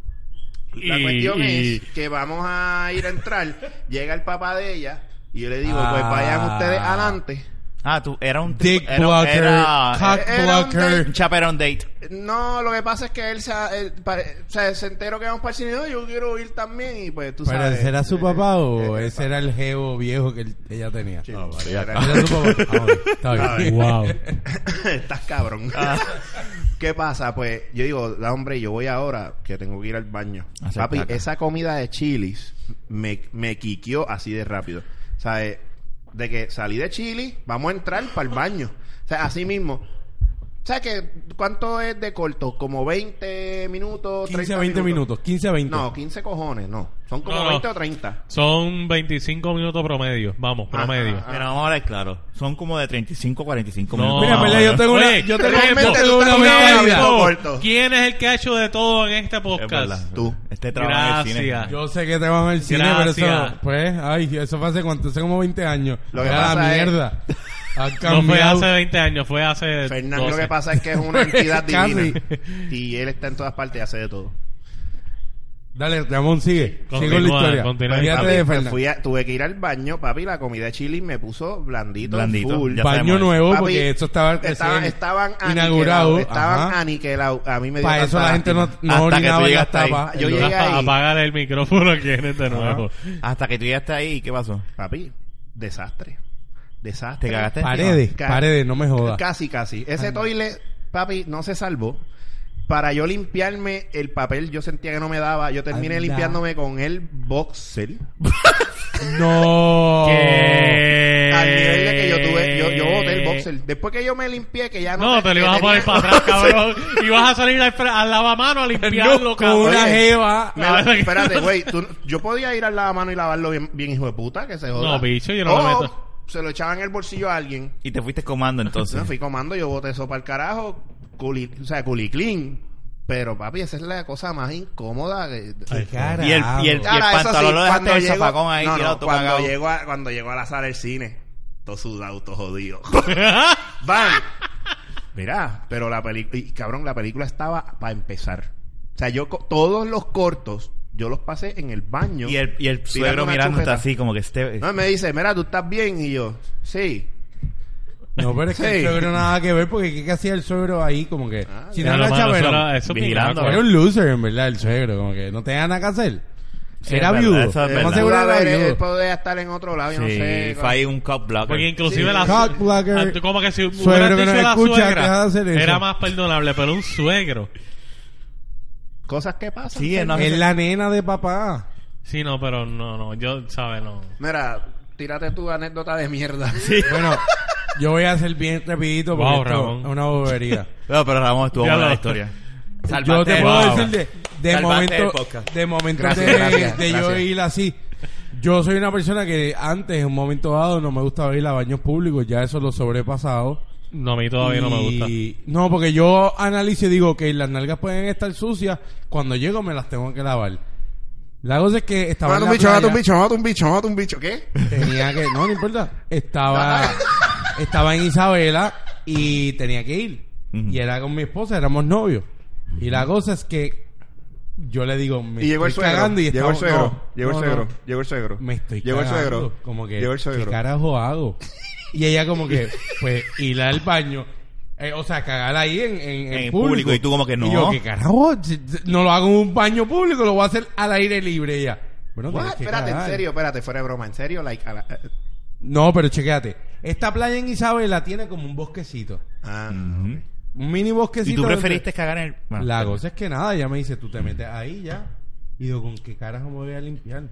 S3: La
S2: Y-
S3: cuestión
S2: y-
S3: es que vamos a ir a entrar. Llega el papá de ella y yo le digo, pues
S5: Ah.
S3: vayan ustedes adelante.
S1: Ah, tú, era un...
S5: Dick
S1: era-
S5: blocker,
S1: era-
S5: cock
S3: era un
S1: un
S5: blocker.
S1: chaperón date.
S3: No, lo que pasa es que él se, él pa- o sea, se enteró que vamos para el cine. "No, yo quiero ir también y pues tú
S5: ¿Pero
S3: sabes.
S5: ese era su
S3: eh,
S5: papá o
S3: eh,
S5: ese era el geo viejo que él- ella tenía?
S3: Sí,
S5: Ah,
S3: sí,
S5: Era
S3: era-
S5: su papá. Ah, ok, Está bien.
S2: Wow.
S3: Estás cabrón.
S1: Ah.
S3: ¿Qué pasa? Pues yo digo, da hombre, yo voy ahora que tengo que ir al baño.
S1: Hacer
S3: Papi,
S1: caca.
S3: esa comida de chilis me, me quiqueó así de rápido. O sea, eh, de que salí de chili, vamos a entrar para el baño. O sea, así mismo. ¿Sabes qué? ¿Cuánto es de corto? ¿Como 20 minutos?
S5: 15
S3: 30
S5: a 20 minutos. 15 a 20.
S3: No, 15 cojones, no. Son como
S2: No, no.
S3: 20 o 30.
S2: Son 25 minutos promedio. Vamos, promedio.
S3: ajá.
S1: Pero vamos a ver, claro. Son como de 35 45
S2: Ah. No, pues,
S1: minutos. Más o
S5: Pues Mira, pelea,
S1: menos.
S5: yo tengo una,
S2: Oye,
S5: yo tengo,
S3: realmente
S5: yo
S3: tú
S5: tengo
S3: estás
S5: una
S3: muy
S5: mentalidad.
S3: rápido.
S2: Tiempo.
S3: corto.
S2: ¿Quién es el que ha hecho de todo en este
S1: Es verdad.
S2: podcast?
S3: Tú.
S1: Este trabajo en el cine.
S2: Gracias.
S5: Yo sé que te van al cine, pero
S2: Gracias.
S5: eso, pues, ay, eso fue hace cuánto, hace como 20 años.
S3: Lo que
S5: Era la
S3: pasa es-
S5: mierda. Han
S2: No fue
S5: cambiado.
S2: hace 20 años, fue hace.
S3: Fernando
S2: 12.
S3: lo que pasa es que es una entidad
S5: Casi.
S3: divina. Y él está en todas partes y hace de todo.
S5: Dale, Ramón, sigue. sigue con la
S2: Continúa,
S5: historia.
S2: continúa.
S5: Olvídate
S3: Papi,
S5: de
S3: me
S5: Fernan.
S3: fui a- tuve que ir al baño, papi, la comida de chili me puso blandito,
S1: Blandito,
S3: full.
S1: ya
S5: Baño
S1: sabemos.
S5: nuevo,
S3: Papi,
S5: porque esto estaba
S3: Estaban,
S5: recién
S3: estaban
S5: inaugurado.
S3: aniquilados, estaban
S5: Ajá.
S3: aniquilados. A mí me dio
S5: Para eso
S3: tanta
S5: la gente no,
S3: lástima.
S5: no
S1: Hasta que tú
S5: orinaba en las
S1: llegaste ahí.
S5: tapas.
S3: Yo
S5: Es lo-
S3: llegué ahí.
S2: Rafa, apágale el micrófono que eres de nuevo.
S1: Hasta que tú ya estás ahí, ¿qué pasó?
S3: Papi, desastre. Desastre.
S1: ¿Te cagaste?
S5: Paredes,
S3: Ca-
S5: paredes, no me jodas.
S3: Casi, casi. Ese toile, papi, no se salvó. Para yo limpiarme el papel, yo sentía que no me daba. Yo terminé
S5: Anda.
S3: limpiándome con el boxer.
S5: No.
S2: Que-
S3: Al nivel de que yo tuve, yo, yo boté el boxer. Después que yo me limpié, que ya no.
S2: Eh. No, te lo
S3: que
S2: ibas a poner
S3: tenía-
S2: para atrás, cabrón. Y vas a salir al, fre- al lavamano a limpiarlo,
S5: No, con
S2: cabrón.
S5: una
S3: Oye.
S5: jeva.
S3: Me-
S2: Ah,
S3: espérate, güey. tú- Yo podía ir al lavamano y lavarlo bien, bien, hijo de puta, que se joda.
S2: No, bicho, yo no me
S3: O
S2: meto.
S3: Se lo echaban en el bolsillo a alguien.
S1: Y te fuiste comando entonces.
S3: Me fui comando, yo boté eso para el carajo. Culi, o sea, culiclín. Pero, papi, esa es la cosa más incómoda. que-
S5: Qué carajo.
S1: y el, y el, y el
S3: Cara, Ah, eso
S1: pantalón
S3: sí,
S1: lo dejaste
S3: cuando
S1: en el
S3: llego-
S1: zafacón ahí
S3: no, no,
S1: tirado todo
S3: cuando
S1: cagado.
S3: llego a, cuando llego a la sala del cine, todo sudado, todo jodido. ¡Van! Mirá, pero la película, cabrón, la película estaba para empezar. O sea, yo co- todos los cortos, yo los pasé en el baño.
S1: Y el, y el
S3: tirando
S1: suegro
S3: una
S1: mirándote
S3: chupeta.
S1: así, como que este.
S3: No, y me dice, mira, tú estás bien. Y yo, sí.
S5: No, pero es que el
S3: Sí.
S5: suegro nada que ver, porque ¿qué- ¿qué hacía el suegro ahí? Como que.
S3: Ah,
S5: Si no
S2: Ya,
S5: era
S2: mano, eso
S5: chaperón.
S2: era- eso es
S1: Vigilando.
S2: pinaco.
S5: Era un loser, en verdad, el suegro. Como que no tenía nada que hacer.
S1: Sí,
S5: era
S1: es verdad,
S5: viudo.
S1: eso es
S5: Lo
S1: verdad.
S5: más
S3: Pudo
S5: seguro era
S3: haber- él
S5: viudo.
S3: podía estar en otro lado, yo no
S1: sí,
S3: sé.
S1: fue ahí un cop blocker.
S2: Porque inclusive
S3: Sí.
S2: la
S5: Cock blocker.
S2: Ah, Como que si
S5: Suegro
S2: hubieras
S5: que
S2: dicho
S5: nos
S2: la
S5: escucha, deja
S2: suegra,
S5: de hacer eso.
S2: era más perdonable, pero un suegro.
S3: Cosas que pasan.
S1: Sí, no,
S5: Es la nena de papá.
S2: Sí, no, pero no, no, yo, ¿sabes? No.
S3: Mira, tírate tu anécdota de mierda.
S5: Bueno, Yo voy a hacer bien rapidito porque
S2: Wow,
S5: esto
S2: Ramón.
S5: es una bobería.
S1: No, pero Ramón estuvo
S2: Ya
S1: buena
S2: lo-
S1: la historia.
S5: yo te
S1: el
S5: puedo
S1: podcast.
S5: decir de, de
S1: Salvaste el
S5: momento,
S1: podcast.
S5: de momento
S3: Gracias,
S5: de,
S3: gracias,
S5: de yo
S3: gracias.
S5: ir así. Yo soy una persona que antes, en un momento dado, no me gustaba ir a baños públicos. Ya eso lo he sobrepasado.
S2: No, a mí todavía no me gusta.
S5: Y- No, porque yo analizo y digo que las nalgas pueden estar sucias. Cuando llego me las tengo que lavar. La cosa es que estaba
S3: Mata
S5: en
S3: un
S5: la
S3: bicho, mata un
S5: playa,
S3: bicho, mata un bicho, mata un bicho. ¿Qué?
S5: Tenía que... No, no importa. Estaba, estaba en Isabela y tenía que ir.
S1: Ujú.
S5: Y era con mi esposa, éramos novios. Y la cosa es que yo le digo... Me
S3: Y llegó el
S5: estoy
S3: suegro.
S5: cagando y
S3: Llegó el
S5: estamos-
S3: suegro.
S5: no,
S3: Llegó el
S5: no,
S3: suegro.
S5: no.
S3: Llegó el suegro.
S5: Me estoy
S3: Llegó el
S5: cagando.
S3: suegro.
S5: Como que,
S3: Llegó el suegro.
S5: ¿qué carajo hago? Y ella como que, pues, ir al baño. eh, o sea, cagar ahí en, en, en
S1: En público, y tú como que no.
S5: Y yo, ¿qué carajo? Si- si- No lo hago en un baño público, lo voy a hacer al aire libre. Y ella, bueno,
S3: What?
S5: tienes que
S3: Espérate, en
S5: cagar.
S3: serio, espérate, fuera de broma, en serio, like. a la- eh,
S5: No, pero chequéate. Esta playa en Isabela tiene como un bosquecito.
S3: ah,
S5: Mm.
S1: Ujú.
S5: Un mini bosquecito.
S1: Y tú
S5: donde-
S1: preferiste cagar en el... bueno,
S5: La cosa es que nada, ella me dice, tú te metes ahí ya. Y digo, ¿con qué carajo me voy a limpiar?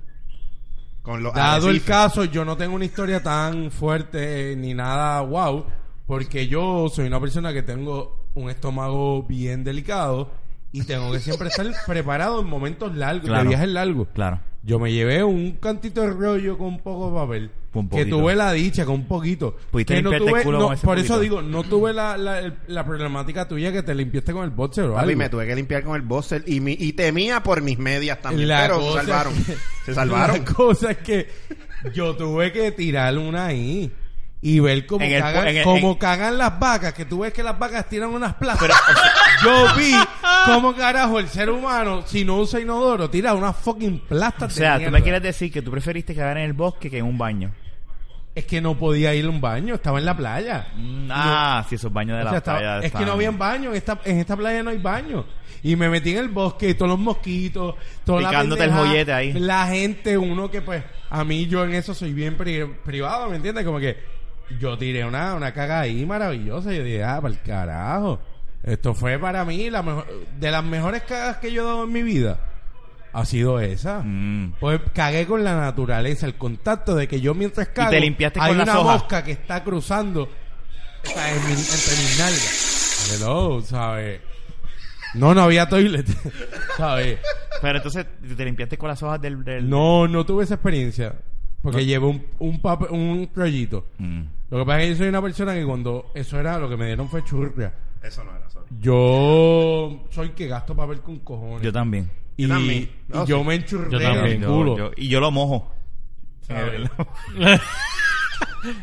S3: con
S1: Ah,
S3: los
S5: Dado el
S3: arrecifes.
S5: caso, yo no tengo una historia tan fuerte eh, ni nada wow, porque yo soy una persona que tengo un estómago bien delicado y tengo que siempre estar preparado en momentos largos,
S1: Claro.
S5: de viajes largos.
S1: Claro.
S5: Yo me llevé un cantito de rollo con poco papel.
S1: Con
S5: que
S1: poquito.
S5: tuve la dicha, con poquito.
S1: Pudiste
S5: Que no
S1: limpiarte el
S5: tuve-
S1: culo
S5: no,
S1: con ese
S5: por eso
S1: poquito.
S5: digo, no tuve la, la, el- la problemática tuya que te limpiaste con el boxer o
S3: Papi,
S5: algo.
S3: me tuve que limpiar con el boxer y, mi, y temía por mis medias también,
S5: La
S3: pero
S5: cosa
S3: se salvaron.
S5: es que-
S3: se salvaron.
S5: La cosa es que yo tuve que tirar una ahí y ver cómo,
S1: En el-
S5: cagan,
S1: en el-
S5: cómo
S1: en-
S5: cagan las vacas, que tú ves que las vacas tiran unas plazas. yo vi cómo carajo el ser humano, si no usa inodoro, tira unas fucking plastas
S1: O
S5: de
S1: sea, tú
S5: mierda.
S1: me quieres decir que tú preferiste cagar en el bosque que en un baño.
S5: Es que no podía ir a un baño, estaba en la playa.
S1: Ah, sí, esos baños de
S5: Mm, O
S1: la
S5: sea, estaba-
S1: playa
S5: es que
S1: están-
S5: no había baño, en esta, en esta playa no hay baño. Y me metí en el bosque y todos los mosquitos, toda la
S1: Picándote el
S5: pendeja,
S1: joyete ahí.
S5: La gente, uno que pues, a mí yo en eso soy bien pri- privado, ¿me entiendes? Como que yo tiré una, una caga ahí maravillosa y yo dije, ah, para el carajo. Esto fue para mí la mejor, de las mejores cagas que yo he dado en mi vida. Ha sido esa.
S1: Mm.
S5: Pues cagué con la naturaleza, el contacto de que yo mientras cago
S1: te limpiaste
S5: hay
S1: con las
S5: una
S1: hojas.
S5: mosca que está cruzando o sea, en mi- entre mis nalgas. Hello, ¿sabes? No, no había toilet, ¿sabes?
S1: Pero entonces te limpiaste con las hojas del... del-
S5: No, no tuve esa experiencia porque llevé un un, papel- un rollito.
S1: Mm.
S5: Lo que pasa es que yo soy una persona que cuando eso era lo que me dieron fue churria.
S3: Eso no era, sorry.
S5: Yo soy que gasto papel con cojones.
S1: Yo también.
S5: y
S3: yo
S5: y yo,
S3: también. No, sí.
S5: me enchurré
S2: Yo también.
S5: en el
S1: Yo-
S5: culo. Ah,
S1: yo- y yo lo mojo.
S5: ¿sabes?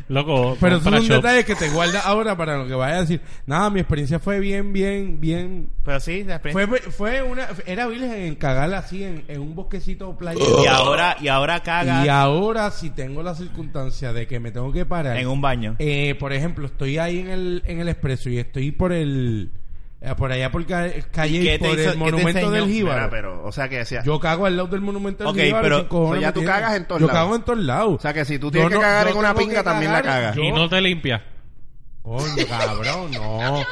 S2: Loco,
S5: Pero esos
S2: para
S5: son
S2: shop.
S5: detalles que te guardas ahora para lo que vayas a decir. Nada, mi experiencia fue bien, bien, bien.
S1: Pero sí, la experiencia-
S5: Fue, fue una. Era virgen en cagarla así en, en un bosquecito playa.
S1: Y ahora, y ahora cagas
S5: Y ahora, si tengo la circunstancia de que me tengo que parar.
S1: en un baño.
S5: eh, por ejemplo, estoy ahí en el, en el expreso y estoy por el. eh, por allá por ca- calle
S1: qué te
S5: y por
S1: hizo- qué
S5: el
S1: te
S5: monumento
S1: enseñó?
S5: del
S3: Mira,
S5: Jíbaro.
S3: pero, o sea que decía.
S5: Yo cago al lado del monumento del
S1: Ok,
S5: Jíbaro,
S1: pero-
S5: sin cojones
S3: o sea, ya
S5: me
S3: tú
S5: tienen.
S3: cagas en todos
S5: Yo
S3: lados.
S5: cago en todos lados.
S3: o sea que si tú
S5: Yo
S3: tienes
S5: no-
S3: que cagar
S5: yo
S3: en una
S5: tengo que
S3: pinga también la
S5: cagar en-
S3: cagas.
S5: yo-
S2: Y no te limpias.
S5: Coño, cabrón, no.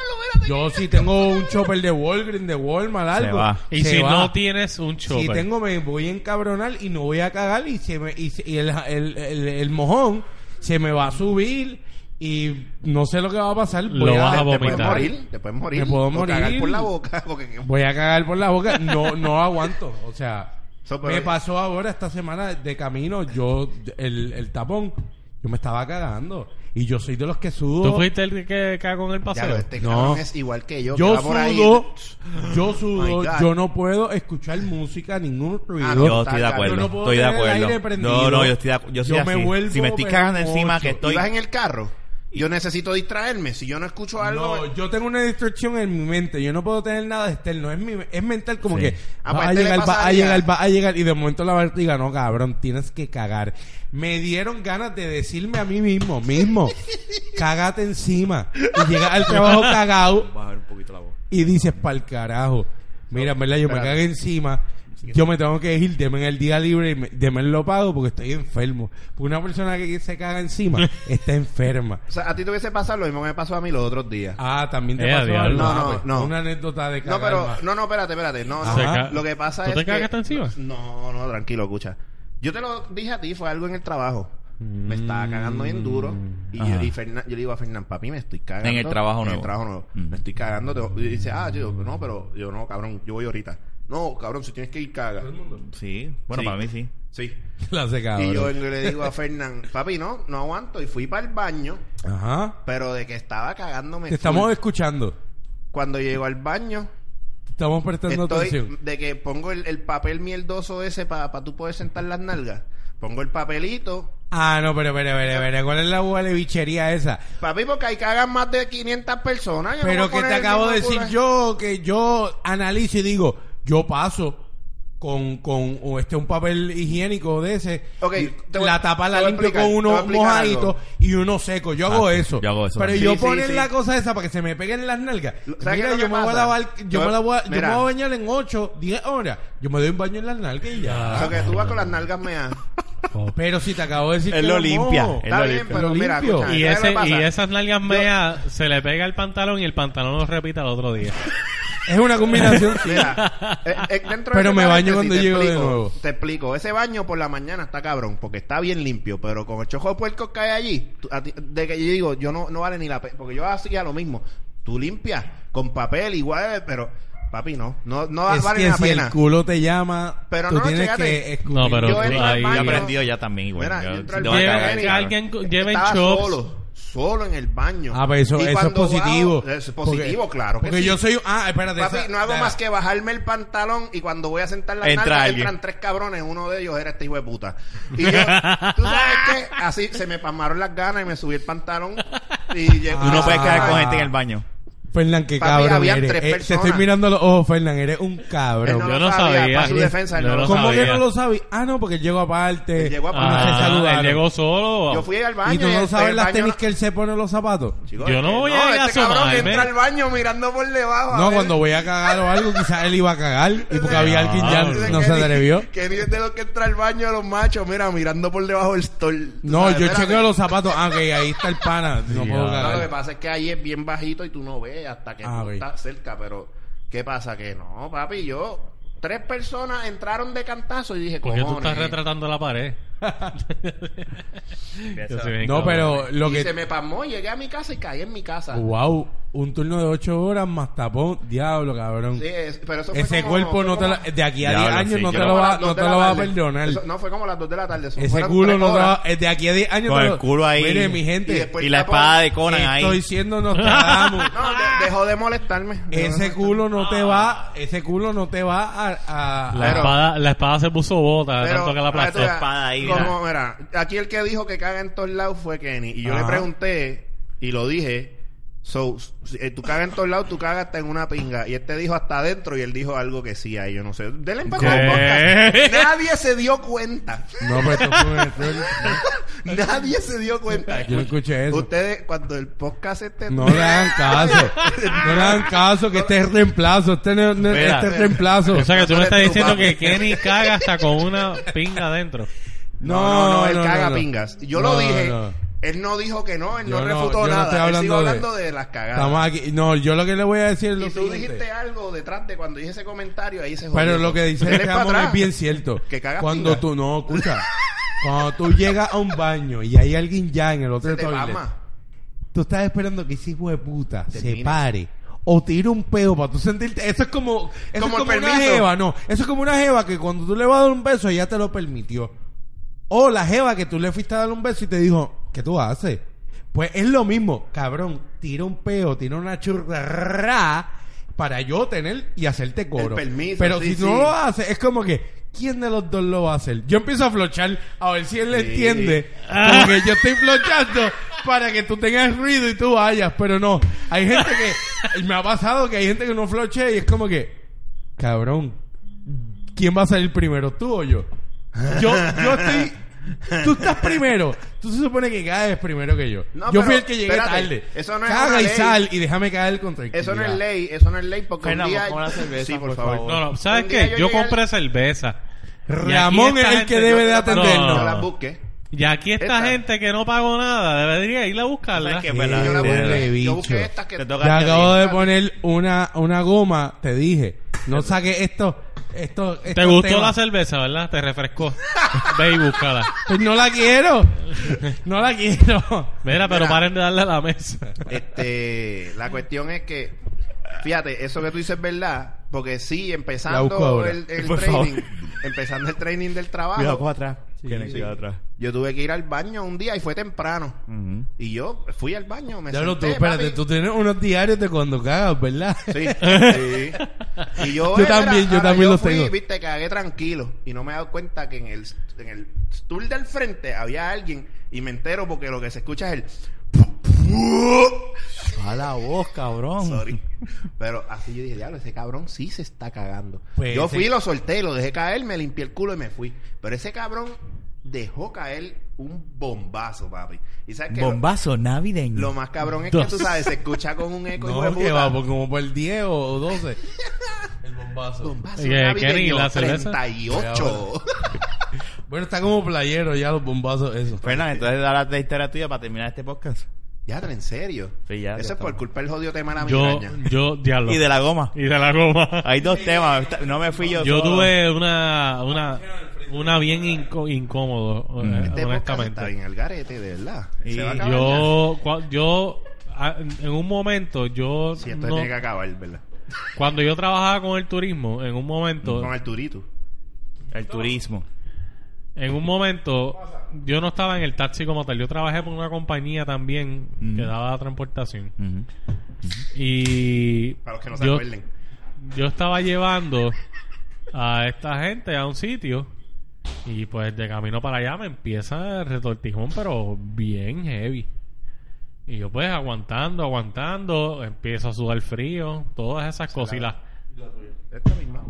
S5: Yo si tengo un chopper de Walgreens, de Walmart, algo.
S1: Se va.
S2: Y
S5: se
S2: si
S5: va.
S2: no tienes un chopper.
S5: Si tengo, me voy a encabronar y no voy a cagar y, se me, y, se- y el, el, el- el mojón se me va a subir y no sé lo que va a pasar. Voy,
S2: Lo
S5: a,
S2: vas a
S3: Te puedes
S2: vomitar.
S3: morir, te puedes morir.
S5: Me puedo
S3: o
S5: morir.
S3: cagar por la boca. Porque,
S5: voy a cagar por la boca. No, no aguanto. O sea,
S3: Eso, pero-
S5: me pasó ahora esta semana de camino, yo, el, el tapón, yo me estaba cagando. Y yo soy de los que sudo.
S2: ¿Tú fuiste el que cagó en el
S3: ya lo,
S2: paseo?
S3: este
S5: No.
S3: cabrón es igual que yo. que
S5: Yo
S3: va por ahí. Oh
S5: sudo, yo sudo,
S3: My God.
S5: yo no puedo escuchar música, ningún ruido.
S3: Ah, no,
S1: Yo estoy de acuerdo,
S5: Yo no puedo
S1: estoy de
S5: tener el aire
S1: acuerdo.
S5: prendido.
S1: No, no, yo estoy de acuerdo. Yo soy
S5: Yo me
S1: así.
S5: vuelvo,
S1: si me estoy
S5: pero
S1: cagando encima que
S5: ocho.
S1: estoy
S3: Y vas en el carro. Yo necesito distraerme. Si yo no escucho algo.
S5: No, yo tengo una distracción en mi mente, yo no puedo tener nada externo, es, mi, es mental como
S1: Sí.
S5: que
S3: Ah,
S5: va
S3: pues
S5: a
S3: este le
S5: llegar, va a
S3: pasaría.
S5: llegar, va a llegar y de momento la vertiga, no cabrón, tienes que cagar. Me dieron ganas de decirme a mí mismo, mismo, cágate encima y llegas al trabajo cagado
S1: bajar un poquito la voz.
S5: y dices pa'l carajo. Mira, en verdad, yo me cagué encima. Yo me tengo que ir, deme el día libre y me- deme el lo pago porque estoy enfermo. Porque una persona que se caga encima está enferma.
S3: O sea, a ti te hubiese pasado lo mismo que me pasó a mí los otros días.
S5: Ah, también te
S2: Eh,
S5: pasó
S2: diablo.
S5: algo.
S3: No,
S5: Ah,
S3: no,
S5: pues,
S3: no.
S5: Una anécdota de
S3: No,
S5: cagar
S3: pero,
S5: más.
S3: no, no, espérate, espérate. No, no.
S2: Se ca-
S3: Lo que pasa
S2: ¿Tú
S3: es.
S2: te
S3: que-
S2: cagaste encima?
S3: No, no, tranquilo, escucha. Yo te lo dije a ti, fue algo en el trabajo. Me estaba cagando bien duro. Y, yo,
S1: Ajá.
S3: y Fernan- yo le digo a Fernán, papi, me estoy cagando.
S6: En el trabajo
S3: En el
S6: nuevo.
S3: trabajo nuevo.
S1: Mm.
S3: Me estoy cagando. Te- Y dice, ah, yo, no, pero yo no, cabrón, yo voy ahorita. No, cabrón, si tienes que ir, caga.
S1: Sí, bueno,
S3: Sí.
S1: para mí sí.
S3: Sí.
S5: La hace cabrón.
S3: Y yo vengo y le digo a Fernán, papi, no, no aguanto. Y fui para el baño,
S5: Ajá.
S3: pero de que estaba cagándome.
S5: Te estamos
S3: full.
S5: escuchando.
S3: Cuando llego al baño,
S5: Te estamos prestando
S3: estoy
S5: atención.
S3: de que pongo el, el papel mierdoso ese para tú poder sentar las nalgas. Pongo el papelito.
S5: Ah, no, pero, pero, pero, pero, ¿cuál es la huelebichería esa?
S3: Papi, porque ahí cagan más de 500 personas. yo no voy
S5: Pero
S3: a
S5: que te
S3: poner el
S5: acabo de
S3: mismo
S5: decir
S3: culo.
S5: yo, que yo analizo y digo, yo paso con, con o este, un papel higiénico de ese,
S3: Ok,
S5: y
S3: te voy-
S5: la tapa
S3: te
S5: la
S3: voy a
S5: limpio
S3: explicar,
S5: con
S3: te voy a
S5: uno
S3: explicar
S5: mojadito
S3: algo.
S5: y uno seco. Yo hago
S1: Ah, sí,
S5: eso.
S1: yo hago eso
S5: Pero
S1: también.
S5: yo
S3: Sí, sí,
S5: poner
S3: sí.
S5: la cosa esa para que se me peguen las nalgas.
S3: Lo- ¿sabes qué
S5: Mira,
S3: es lo
S5: yo
S3: que
S5: me voy a
S3: pasa?
S5: lavar, yo
S3: Yo-
S5: me la voy a, yo
S3: mira.
S5: me voy a bañar en 8, 10 horas. Yo me doy un baño en las nalgas y
S3: O
S5: ya.
S3: sea, que tú vas con las nalgas meadas.
S5: Pero si te acabo de decir
S1: Él
S5: que
S1: lo
S5: no.
S1: limpia. Él
S3: Está
S1: lo
S3: bien,
S1: limpia.
S3: pero
S5: Lo
S3: mira,
S5: limpio.
S3: escucha,
S2: Y,
S3: ¿sabes
S2: ese,
S3: lo que
S2: y
S3: pasa?
S2: esas nalgas meas se le pega el pantalón y el pantalón lo repita al otro día.
S5: Es una combinación. sí.
S3: Mira, eh, eh, dentro de
S5: Pero
S3: ese
S5: me
S3: paréntesis,
S5: baño cuando
S3: te
S5: llego de
S3: explico,
S5: nuevo.
S3: Te explico. Ese baño por la mañana está cabrón, porque está bien limpio, pero con el chojo de puerco que hay allí, tú- a ti- de que yo digo, yo no, no vale ni la pena, porque yo hacía lo mismo. Tú limpias con papel igual, pero papi, no, no, no
S5: es
S3: vale
S5: que
S3: ni la
S5: si
S3: pena.
S5: el culo te llama,
S3: Pero
S5: tú
S3: no,
S5: tienes
S3: chégate.
S5: que escupir.
S2: No, pero
S3: Yo
S2: tú
S3: entro al
S2: ahí-
S1: Yo he
S3: baño.
S1: aprendido ya también igual.
S3: Mira,
S1: Yo-
S3: yo
S1: si
S3: entro al
S1: te vas a
S3: baño
S2: Lleven-
S1: cagar,
S3: y-
S2: que alguien cu- lleven
S3: Estaba
S2: chops.
S3: solo, solo en el baño.
S5: Ah, pero eso,
S3: Y
S5: eso es
S3: cuando hago-
S5: positivo.
S3: es positivo,
S5: Porque-
S3: claro que
S5: Porque
S3: sí.
S5: yo soy. Ah, espérate.
S3: Papi,
S5: esa-
S3: no hago
S5: espera.
S3: más que bajarme el pantalón y cuando voy a sentar la
S1: Entra
S3: nalgas
S1: alguien.
S3: entran tres cabrones. Uno de ellos era este hijo de puta. Y yo, ¿tú sabes qué? Así se me palmaron las ganas y me subí el pantalón. Y yo-
S1: Tú no puedes
S5: Ah.
S1: caer con gente en el baño.
S5: Fernán, qué
S3: Papi,
S5: cabrón.
S3: habían
S5: eres.
S3: tres
S5: Eh, te
S3: personas.
S5: estoy mirando a los ojos, Fernán. Eres un
S3: Él
S5: cabrón.
S3: no
S2: Yo
S3: lo
S2: no
S3: sabía.
S2: sabía.
S3: Para su defensa, él
S2: Yo
S3: no lo
S2: no
S5: ¿Cómo que
S2: sabía.
S5: no lo sabía? Ah, no, porque él llegó aparte.
S3: Él llegó
S5: no
S3: aparte.
S5: se
S2: Ah,
S5: saludaron.
S2: él llegó solo.
S3: Yo fui al baño.
S5: ¿Y tú no
S3: el-
S5: sabes
S3: el
S5: las
S3: baño
S5: tenis
S3: no-
S5: que él se pone en los zapatos?
S3: Chico,
S2: Yo no
S3: eh,
S2: voy a ir a
S3: este cabrón
S2: asomarme.
S3: entra al baño mirando por debajo. a
S5: No,
S3: ver.
S5: cuando voy a cagar o algo, quizás él iba a cagar. Y porque había alguien ya
S2: Ah,
S5: no
S3: que
S5: se
S3: ni-
S5: atrevió.
S3: Que ni es de los que entra al baño de los machos, mira, mirando por debajo del stol.
S5: No,
S3: ¿Sabes?
S5: yo
S3: Espérate.
S5: chequeo los zapatos. Ah, ok, ahí está el pana. No
S3: No,
S5: puedo
S3: lo que
S5: cagar.
S3: pasa es que ahí es bien bajito y tú no ves hasta que
S5: eh. Ah,
S3: tú
S5: ok.
S3: estás cerca, pero ¿qué pasa? Que no, papi, yo... Tres personas entraron de cantazo y dije,
S2: Porque tú estás
S3: cojones.
S2: retratando la pared. Yo soy bien
S5: No,
S2: cabrón.
S5: pero lo
S3: y
S5: que.
S3: se me pasmó, llegué a mi casa y caí en mi casa.
S5: Wow, un turno de 8 horas más tapón. Diablo, cabrón.
S3: Sí, es- pero eso fue
S5: Ese
S3: como-
S5: cuerpo
S3: fue
S5: no te
S3: como-
S5: la- de aquí a 10
S1: Diablo,
S5: años
S1: sí, yo
S5: no te
S1: no
S5: lo
S1: voy
S5: va,
S3: las dos
S5: no
S3: de
S5: te
S3: la
S5: lo va a
S3: tarde.
S5: perdonar.
S3: Eso- no, fue como las dos de la tarde. eso
S5: Ese
S3: fueron
S5: culo
S3: tres
S5: no te
S3: horas.
S5: va eh, de aquí a 10 años
S1: Con
S5: no
S1: el
S5: lo-
S1: culo ahí.
S5: Mire, mi
S3: Y
S5: gente,
S3: después- Pues
S1: y la
S3: tapón.
S1: espada de Conan
S5: estoy
S1: ahí.
S5: siendo Nostradamus.
S3: No, de- dejó de molestarme.
S5: ese culo no te va, ese culo no te va a, a-
S2: La,
S3: Pero-
S2: espada, la espada se puso bota, de tanto que la
S3: para que tú
S2: aplastó.
S3: veas,
S1: espada ahí,
S3: como, mira, aquí el que dijo que caga en todos lados fue Kenny. Y yo le
S5: Ajá.
S3: pregunté y lo dije. So, si, eh, tú cagas en todos lados, tú cagas hasta en una pinga. Y este dijo hasta adentro y él dijo algo que sí ahí, yo no sé. Denle empaque al
S2: ¿Qué?
S3: podcast. Nadie se dio cuenta.
S5: No, pero esto fue un error.
S3: Nadie se dio cuenta.
S5: Yo no escuché eso.
S3: Ustedes, cuando el podcast este, esté...
S5: No le hagan caso. No le hagan caso que este es reemplazo. Este, no- no-
S2: Espera.
S5: este es reemplazo.
S2: O sea que tú me
S3: No le
S2: estás diciendo
S3: preocupes.
S2: que Kenny caga hasta con una pinga adentro.
S3: No, no, no, él caga pingas. Yo lo
S5: No,
S3: dije.
S5: no.
S3: Él no dijo que no, él no
S5: Yo no-
S3: refutó
S5: yo no
S3: nada.
S5: estoy
S3: él
S5: hablando
S3: siguió
S5: de-
S3: hablando de las cagadas.
S5: Estamos aquí. No, yo lo que le voy a decir es lo
S3: Y tú
S5: siguiente.
S3: dijiste algo detrás de cuando dije ese comentario, ahí se jodió.
S5: Pero lo que dice
S3: Él
S5: este
S3: es pa'
S5: amor
S3: atrás.
S5: es bien cierto.
S3: Que cagas
S5: Cuando
S3: pinga.
S5: tú no, escucha. Cuando tú llegas a un baño y hay alguien ya en el otro
S3: Se te
S5: toilet,
S3: mama.
S5: tú estás esperando que ese hijo de puta se
S3: Termine.
S5: pare o tire un peo para tú sentirte. Eso es como, eso
S3: Como
S5: es
S3: el
S5: como una
S3: permiso.
S5: jeva, no. Eso es como una jeva que cuando tú le vas a dar un beso ella te lo permitió. O la jeva que tú le fuiste a dar un beso y te dijo, ¿qué tú haces? Pues es lo mismo, cabrón, tira un peo, tira una churra para yo tener y hacerte coro.
S3: El permiso,
S5: Pero
S3: sí,
S5: si tú no
S3: sí.
S5: lo haces, es como que, ¿quién de los dos lo va a hacer? Yo empiezo a flochar a ver si él le
S3: Sí. Ah.
S5: entiende. Como que yo estoy flochando para que tú tengas ruido y tú vayas, pero no. Hay gente que, me ha pasado que hay gente que no flochea y es como que, cabrón, ¿quién va a salir primero, tú o yo? Yo, yo estoy. Tú estás primero. Tú se supone que caes primero que yo.
S3: No,
S5: yo
S3: pero,
S5: fui el que llegué
S3: espérate,
S5: tarde.
S3: eso no es
S5: Caga
S3: una
S5: y
S3: ley.
S5: sal y déjame caer con tranquilidad.
S3: Eso no es ley, eso no es ley porque
S1: Fernando,
S3: un día...
S1: pon la cerveza,
S3: sí, por,
S1: por
S3: favor.
S1: favor.
S2: No, no, ¿sabes
S3: Un día
S2: qué? Yo,
S3: llegué al-
S2: compré cerveza. Y aquí
S5: Ramón
S2: esta
S5: es el
S2: gente-
S5: que debe de
S3: yo-
S5: atendernos.
S3: Yo las busqué.
S2: Y aquí esta,
S3: Esta.
S2: gente que no pagó nada debería ir a buscarla.
S1: ¿Sabes qué?
S5: Sí,
S1: verdad,
S3: Yo las
S5: de
S1: verdad.
S3: busqué. Yo
S5: bicho.
S3: busqué estas que...
S1: Te toca-
S5: Te acabo
S1: Cállate.
S5: de poner una, una goma, te dije. No saques esto. esto
S2: ¿Te gustó la cerveza, verdad? Te refrescó. Ve y búscala.
S5: Pues no la quiero. No la quiero.
S2: Mira, pero paren de darle a la mesa.
S3: Este, la cuestión es que, fíjate, eso que tú dices es verdad, porque sí,
S5: La busco
S3: empezando
S5: ahora.
S3: el, el
S1: Por favor.
S3: training, empezando el training del
S1: Cuidado,
S3: trabajo,
S1: coja atrás. Tiene
S3: sí.
S1: que ir atrás.
S3: yo tuve que ir al baño un día y fue temprano.
S1: Ujú.
S3: Y yo fui al baño, me
S5: Diablo, tú,
S3: senté,
S5: espérate,
S3: papi.
S5: tú tienes unos diarios de cuando cagas, ¿verdad?
S3: Sí, sí. Y yo,
S5: Yo
S3: eh,
S5: también, yo
S3: ahora
S5: también los
S3: fui,
S5: tengo.
S3: Viste, cagué tranquilo. Y no me he dado cuenta que en el, en el stool del frente había alguien. Y me entero porque lo que se escucha es el.
S1: A la voz, cabrón.
S3: Sorry. Pero así yo dije, diablo, ese cabrón sí se está cagando.
S5: Pues
S3: yo
S5: ese-
S3: fui, lo solté, lo dejé caer, me limpié el culo y me fui. Pero ese cabrón dejó caer un bombazo, papi. ¿Y sabes qué? Lo-
S1: Bombazo navideño.
S3: Lo, más cabrón es
S2: Dos.
S3: que tú sabes, se escucha con un eco hijo de
S5: No, que
S3: puta.
S5: va, por como por el 10 o 12. El bombazo.
S3: Bombazo
S2: ¿Y qué,
S3: navideño,
S2: Kenny, la cerveza?
S3: 38.
S5: Bueno, está como playero ya los bombazos, eso.
S1: Fernan, entonces da la historia tuya para terminar este podcast.
S3: Ya, en serio.
S1: Sí, ya, ya
S3: Eso es
S1: estamos.
S3: por culpa del jodido tema de la
S2: Yo,
S3: migraña.
S2: yo, diablo.
S1: Y de la goma.
S2: Y de la goma.
S1: Hay dos temas. Está- No me fui yo.
S2: Yo
S1: solo.
S2: tuve una, una, una bien inco- incómodo, eh,
S3: Este podcast está
S2: honestamente.
S3: bien al garete, de verdad.
S1: Y
S3: se va a acabar ya.
S2: Yo, cua- yo, a- en un momento, yo,
S3: Sí, esto
S2: no-
S3: tiene que acabar, ¿verdad?
S2: cuando yo trabajaba con el turismo, en un momento,
S3: Con Arturito.
S1: El turismo.
S2: en un momento, yo no estaba en el taxi como tal. Yo trabajé por una compañía también que
S1: Ujú.
S2: daba transportación.
S1: Ujú.
S2: Y
S3: Para los que no se
S2: yo-
S3: acuerden.
S2: yo estaba llevando a esta gente a un sitio y pues de camino para allá me empieza el retortijón pero bien heavy y yo pues aguantando aguantando empiezo a sudar frío todas esas cosas y la,
S3: Esta misma.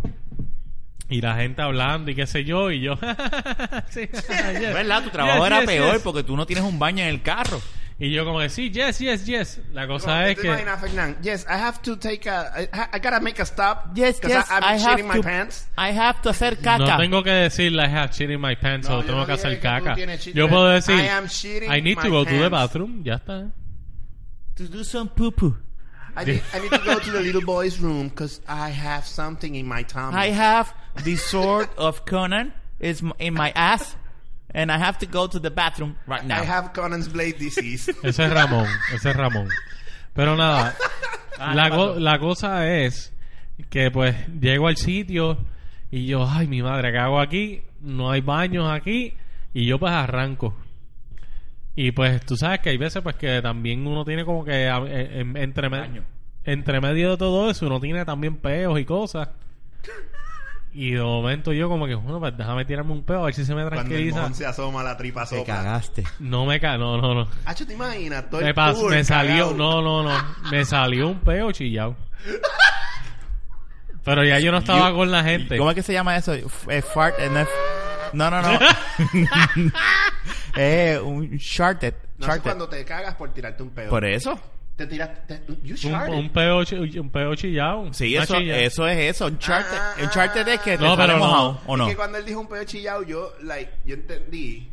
S2: y la gente hablando y qué sé yo y yo sí, yes,
S1: ¿Verdad? Tu
S2: yes,
S1: trabajo era
S2: yes,
S1: peor
S2: yes.
S1: porque tú no tienes un baño en el carro.
S2: y yo como que sí yes yes yes la cosa
S3: ¿Tú
S2: es
S3: te
S2: que
S3: imaginas, Este Fernán? Yes, I have to take a... I, I gotta make a stop.
S1: Yes,
S3: because
S1: yes,
S3: I'm
S1: I have
S3: shitting my
S1: to-
S3: pants.
S1: I have to hacer
S2: No tengo que decir I have shit in my pants
S3: No,
S2: o
S3: yo
S2: tengo
S3: no
S2: que
S3: dije
S2: hacer
S3: que tú
S2: caca.
S3: tienes shit
S2: Yo
S3: in-
S2: puedo decir
S3: I am shitting
S2: I need to
S3: my
S2: go to the
S3: pants.
S2: bathroom, ya está.
S1: To do some poo poo.
S3: I need, I need to go to the little boy's room because I have something in my tummy.
S1: I have the sword of Conan is m- in my ass and I have to go to the bathroom right now.
S3: I have Conan's Blade disease.
S2: Ese es Ramón, ese es Ramón. Pero nada,
S1: Ah,
S2: la,
S1: ¿qué
S2: go-
S1: pasó?
S2: la cosa es que pues llego al sitio y yo, ay mi madre, ¿qué hago aquí? No hay baños aquí y yo pues arranco. Y pues tú sabes que hay veces pues que también uno tiene como que a- eh, en- en- entre, me-
S1: Baño.
S2: entre medio de todo eso uno tiene también peos y cosas. Y de momento yo como que, bueno, pues déjame tirarme un peo a ver si se me
S3: Cuando el
S2: tranquiliza.
S3: mojón se asoma, la tripa
S1: Te
S3: sopla.
S1: cagaste.
S2: No me cae, no, no, no.
S3: Hacho, ¿te imaginas? Todo el
S2: Me, pas-
S3: tour
S2: me salió,
S3: cagado.
S2: no, no, no. Me salió un peo chillado. Pero ya yo no estaba
S1: You-
S2: con la gente.
S1: ¿Cómo es que se llama eso? F- eh, fart and F- No, no, no. eh, un sharted.
S3: No eso es cuando te cagas por tirarte un pedo.
S1: Por eso.
S3: Te tiraste. te- you
S2: Un,
S3: sharted.
S2: un peo, chi- un peo chillado.
S1: Sí,
S2: Una
S1: eso,
S2: chilla.
S1: eso es eso. Un charted.
S3: Ah, ah,
S1: un charted es que
S2: No,
S1: no,
S2: pero no.
S1: mojado, ¿o no?
S3: Es que cuando él dijo un pedo chillado, yo, like, yo entendí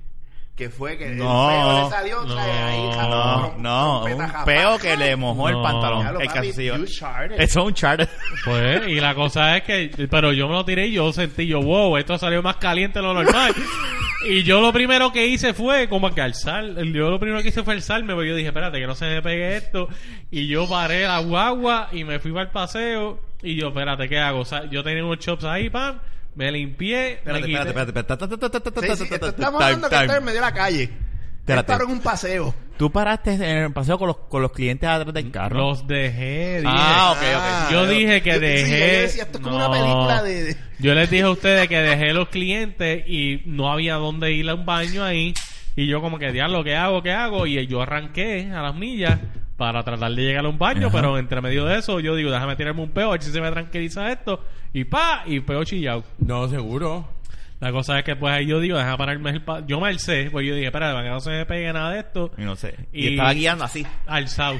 S3: que fue que
S1: No.
S3: el peo le salió
S2: No.
S3: o sea, ahí. a la
S1: No,
S3: trom-
S1: no,
S3: trompeta
S1: un
S3: japa.
S1: peo que le mojó el
S2: No.
S3: Ya lo,
S1: pantalón, el
S3: papi,
S1: calzoncillo.
S3: you sharted.
S1: Eso es un charted.
S2: Pues, y la cosa es que, pero yo me lo tiré y yo sentí, yo, wow, esto salió más caliente de lo normal. y yo lo primero que hice fue como que alzar, yo lo primero que hice fue alzarme, porque yo dije, espérate, que no se me pegue esto. Y yo paré la guagua y me fui para el paseo. Y yo, espérate, ¿qué hago? O sea, yo tenía unos chops ahí, pam, me limpié. me
S1: Espérate,
S2: quité.
S1: espérate, espérate, espérate. Ta, ta, ta, ta, ta,
S3: Sí, sí,
S1: ta, ta,
S3: esto-
S1: ta,
S3: estamos
S1: time,
S3: hablando que está
S1: time.
S3: en medio de la calle.
S1: Espérate.
S3: Estaban en un paseo.
S1: Tú paraste en el paseo con los, con los clientes atrás del carro.
S2: Los dejé.
S1: Ah, ok,
S3: Ah,
S1: ok.
S2: Yo dije que
S3: yo- sí,
S2: dejé.
S3: yo decía, esto es como una
S2: No.
S3: película de- de-
S2: Yo les dije a ustedes que dejé los clientes y no había dónde ir a un baño ahí. Y yo, como que, diablo, ¿qué hago? ¿Qué hago? Y yo arranqué a las millas para tratar de llegar a un baño,
S1: Ajá.
S2: pero entre medio de eso, yo digo, déjame tirarme un peo, a ver si se me tranquiliza esto. Y pa, y peo chillado.
S5: No, seguro.
S2: La cosa es que, pues ahí yo digo, déjame pararme el pa Yo me alcé, pues yo dije, espérate, para que no se me pegue nada de esto
S1: Y no sé.
S2: Y-
S1: Y, estaba guiando así.
S2: alzado.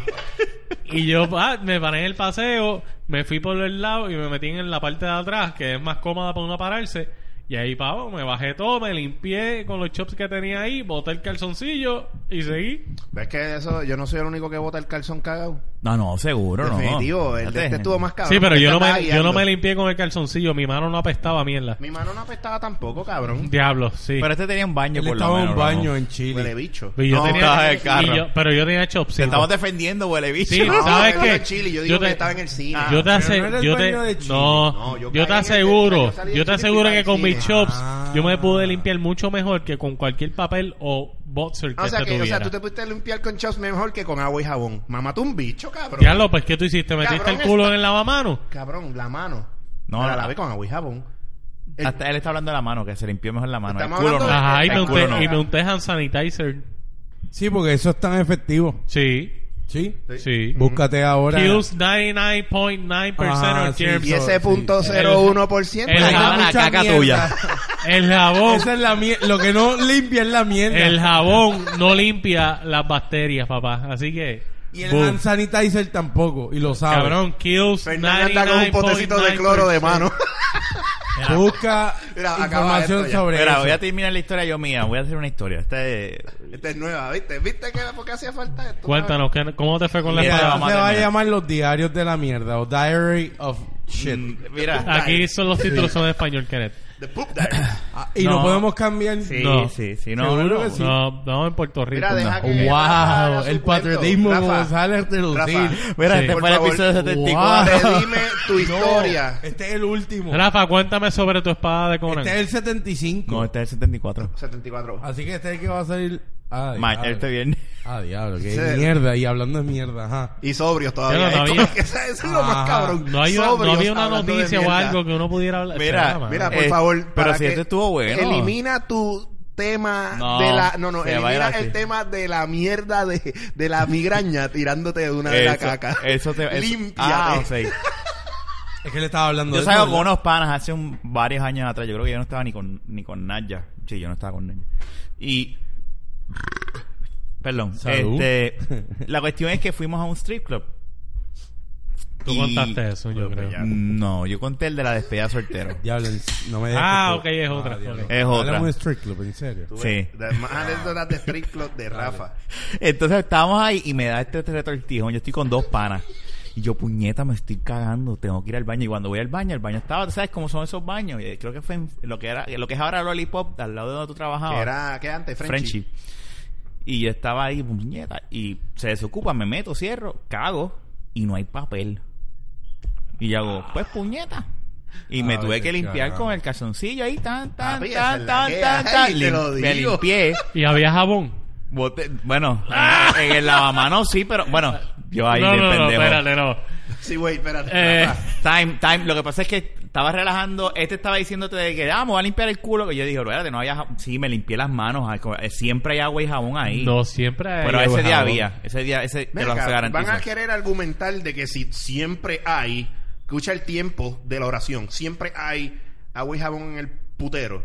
S2: y yo ah, me paré en el paseo, me fui por el lado y me metí en la parte de atrás, que es más cómoda para uno pararse. Y ahí, pavo, me bajé todo, me limpié con los chops que tenía ahí, boté el calzoncillo y seguí.
S3: ¿Ves que eso? Yo no soy el único que bota el calzón cagado.
S1: No, no, seguro, no.
S3: Definitivo, el de
S1: Espérate.
S3: este estuvo más cabrón.
S2: Sí, pero
S3: porque
S2: yo no,
S3: este
S2: me,
S3: estaba
S2: yo no me
S3: guiando.
S2: limpié con el calzoncillo. Mi mano no apestaba a mierda.
S3: Mi mano no apestaba tampoco, cabrón.
S2: Diablo, sí.
S1: Pero este tenía un baño,
S5: Él
S1: por lo
S5: estaba en
S1: menos,
S5: un baño
S1: ¿no?
S5: en
S3: Huele
S5: Chile.
S3: bicho.
S2: Y yo
S1: No,
S2: tenía-
S1: estaba en el carro.
S2: y yo- pero yo tenía
S1: Te
S2: chopsito.
S1: estabas defendiendo, huele bicho.
S2: Sí,
S3: No,
S2: ¿sabes
S3: él
S2: qué?
S3: no en Chile, yo digo
S2: Yo te-
S3: que estaba en el cine. Ah.
S2: Yo te
S5: Ah, Pero no
S2: aseguro,
S5: era el
S2: yo te,
S5: baño de Chile.
S2: no,
S3: No, yo
S2: yo,
S3: caí
S2: te
S3: en el-
S2: aseguro,
S3: yo salí de
S2: yo te
S3: Chile
S2: aseguro
S3: y
S2: que
S3: caí
S2: con
S3: en
S2: mis
S3: Chile.
S2: chops
S5: Ah.
S2: yo me pude limpiar mucho mejor que con cualquier papel o boxer que
S3: o sea,
S2: este
S3: que, o sea,
S2: tuviera.
S3: tú te pudiste limpiar con chops mejor que con agua y jabón. Mamate un bicho, cabrón.
S2: Diablo, pues ¿qué tú hiciste? ¿Metiste
S3: Cabrón,
S2: el culo
S3: está-
S2: en el lavamanos?
S3: Cabrón, la mano.
S1: No,
S3: No, la
S1: la-
S3: lavé con agua y jabón. El-
S1: Hasta él está hablando de la mano, que se limpió mejor la mano. El
S3: Estamos
S1: culo no.
S3: hablando de-
S2: Ajá, y
S1: El
S2: me,
S1: culo
S2: unté,
S1: no.
S2: y me unté hand sanitizer.
S5: Sí, porque eso es tan efectivo.
S2: Sí,
S5: Sí.
S2: sí.
S5: Búscate ahora.
S2: Kills 99.9%
S5: Ajá,
S2: of
S5: sí,
S2: germs.
S3: Y ese
S5: Sí.
S3: punto
S2: El-
S3: 0,1%.
S2: el-
S3: ahí va.
S1: Ah, la
S5: mucha
S1: caca
S5: mierda.
S1: tuya.
S2: El jabón,
S5: Esa es la mierda. Lo que no limpia es la mierda.
S2: el jabón no limpia las bacterias, papá. Así que,
S5: y el
S2: boom.
S5: hand sanitizer tampoco. Y lo sabe.
S2: cabrón, kills
S3: Fernández anda con un potecito de cloro de mano.
S5: Busca
S3: Mira, acaba
S5: información
S3: esto ya.
S5: sobre
S1: Mira,
S5: eso.
S1: voy a terminar la historia yo mía. Voy a hacer una historia. Este,
S3: Esta es nueva, ¿viste? ¿Viste que porque hacía falta esto?
S2: Cuéntanos, ¿qué- ¿cómo te fue con la
S1: Mira,
S5: Mira,
S2: espada?
S1: vamos a
S5: se va a
S1: terminar.
S5: llamar los diarios de la mierda o Diary of Shit.
S1: mm, mira.
S2: Aquí son los títulos son en español, Kenneth.
S3: The poop diary.
S5: Ah, y
S1: No.
S5: lo podemos cambiar.
S1: Sí,
S2: No.
S1: sí, sí. No,
S5: Seguro
S1: no,
S5: que sí.
S2: No, no en Puerto Rico.
S3: Mira, deja
S2: no.
S3: que. Rafa haga
S5: Wow,
S3: su
S5: el
S3: cuento.
S5: patriotismo
S3: Rafa,
S5: como sale a
S3: Rafa,
S5: relucir.
S1: Mira,
S2: Sí.
S1: este
S3: Por
S1: fue el
S3: favor.
S1: episodio 74.
S5: Wow.
S3: Redime tu historia.
S5: Este es el último.
S2: Rafa, cuéntame sobre tu espada de Conan.
S5: Este es el 75.
S1: No, este es el 74.
S3: 74.
S5: Así que este es el que va a salir. Ah,
S1: Ma-
S5: diablo.
S1: este viernes.
S5: Ah, diablo, qué
S3: Sí.
S5: mierda. Y hablando de mierda, ajá.
S3: Y sobrios
S2: Ya no
S3: todavía. Es
S2: sabía.
S3: como que, ¿sabes? Eso es lo más
S5: Ajá.
S3: cabrón.
S2: No, hay una- no
S3: Sobrios
S2: había una
S3: hablando de
S2: noticia o
S3: mierda.
S2: algo que uno pudiera hablar.
S1: Mira,
S2: Espera, mano.
S3: Mira, por
S1: Eh,
S3: favor.
S1: pero
S3: para
S1: si
S3: que
S1: esto estuvo bueno.
S3: Elimina tu tema
S1: No,
S3: de la. No, no,
S1: se va a ir
S3: elimina
S1: así.
S3: el tema de la mierda de, de la migraña tirándote de una de la
S1: Eso-
S3: caca.
S1: Eso te. eso-
S3: Límpiate.
S1: Ah, o sea,
S5: Es que le estaba hablando
S1: Yo
S5: de
S1: salgo
S5: esto,
S1: con unos panas hace un- varios años atrás. Yo creo que yo no estaba ni con, ni con Naya. Sí, yo no estaba con Naya. Y. Perdón.
S5: Salud.
S1: Este, la cuestión es que fuimos a un strip club.
S2: Tú
S1: Y-
S2: contaste eso, yo creo.
S1: No, yo conté el de la despedida de soltero.
S5: Diablo, en- no me dejes
S2: Ah,
S5: que-
S2: ok, es otra.
S5: diablo.
S2: ok.
S1: es otra.
S5: Hablamos de Street Club, en serio.
S3: Tú ves,
S1: Sí.
S3: de- Más anécdotas de Street Club de Rafa.
S1: Entonces estábamos ahí y me da este retortijón. Yo estoy con dos panas. Y yo, puñeta, me estoy cagando. Tengo que ir al baño. Y cuando voy al baño, el baño estaba, ¿tú ¿sabes cómo son esos baños? Eh, Creo que fue en- lo que era lo que es ahora Lollipop, al lado de donde tú trabajabas.
S2: Ah,
S3: Que era. ¿Qué antes? Frenchy.
S1: Frenchy. Y yo estaba ahí, puñeta, y se desocupa, me meto, cierro, cago, y no hay papel. Y yo hago, pues puñeta. Y me
S5: Ah,
S1: tuve que
S5: vete,
S1: limpiar
S5: carajo.
S1: con el calzoncillo ahí, tan, tan,
S3: Papi, esa
S1: tan,
S3: es la
S1: tan,
S3: que
S1: tan,
S3: hay,
S1: tan.
S3: te
S1: Lim-
S3: lo
S1: me
S3: digo.
S1: limpié.
S2: Y había jabón.
S1: Boté- bueno, en, en el lavamanos sí, pero bueno, yo ahí
S2: no,
S1: de
S2: no, no,
S1: pendejo.
S2: espérate, no.
S3: Sí, güey, espérate.
S2: Eh,
S3: Rafa.
S1: Time, time. Lo que pasa es que estaba relajando. Este estaba diciéndote de que vamos a limpiar el culo. Que yo dije, espérate, no había. ja- Sí, me limpié las manos. ay, como- eh, Siempre hay agua y jabón ahí.
S2: no, siempre hay
S1: Pero ese día
S2: jabón.
S1: había, ese día, ese te
S3: Ven
S1: lo
S3: acá,
S1: garantizo.
S3: van a querer argumentar de que si siempre hay, escucha el tiempo de la oración, siempre hay agua y jabón en el putero.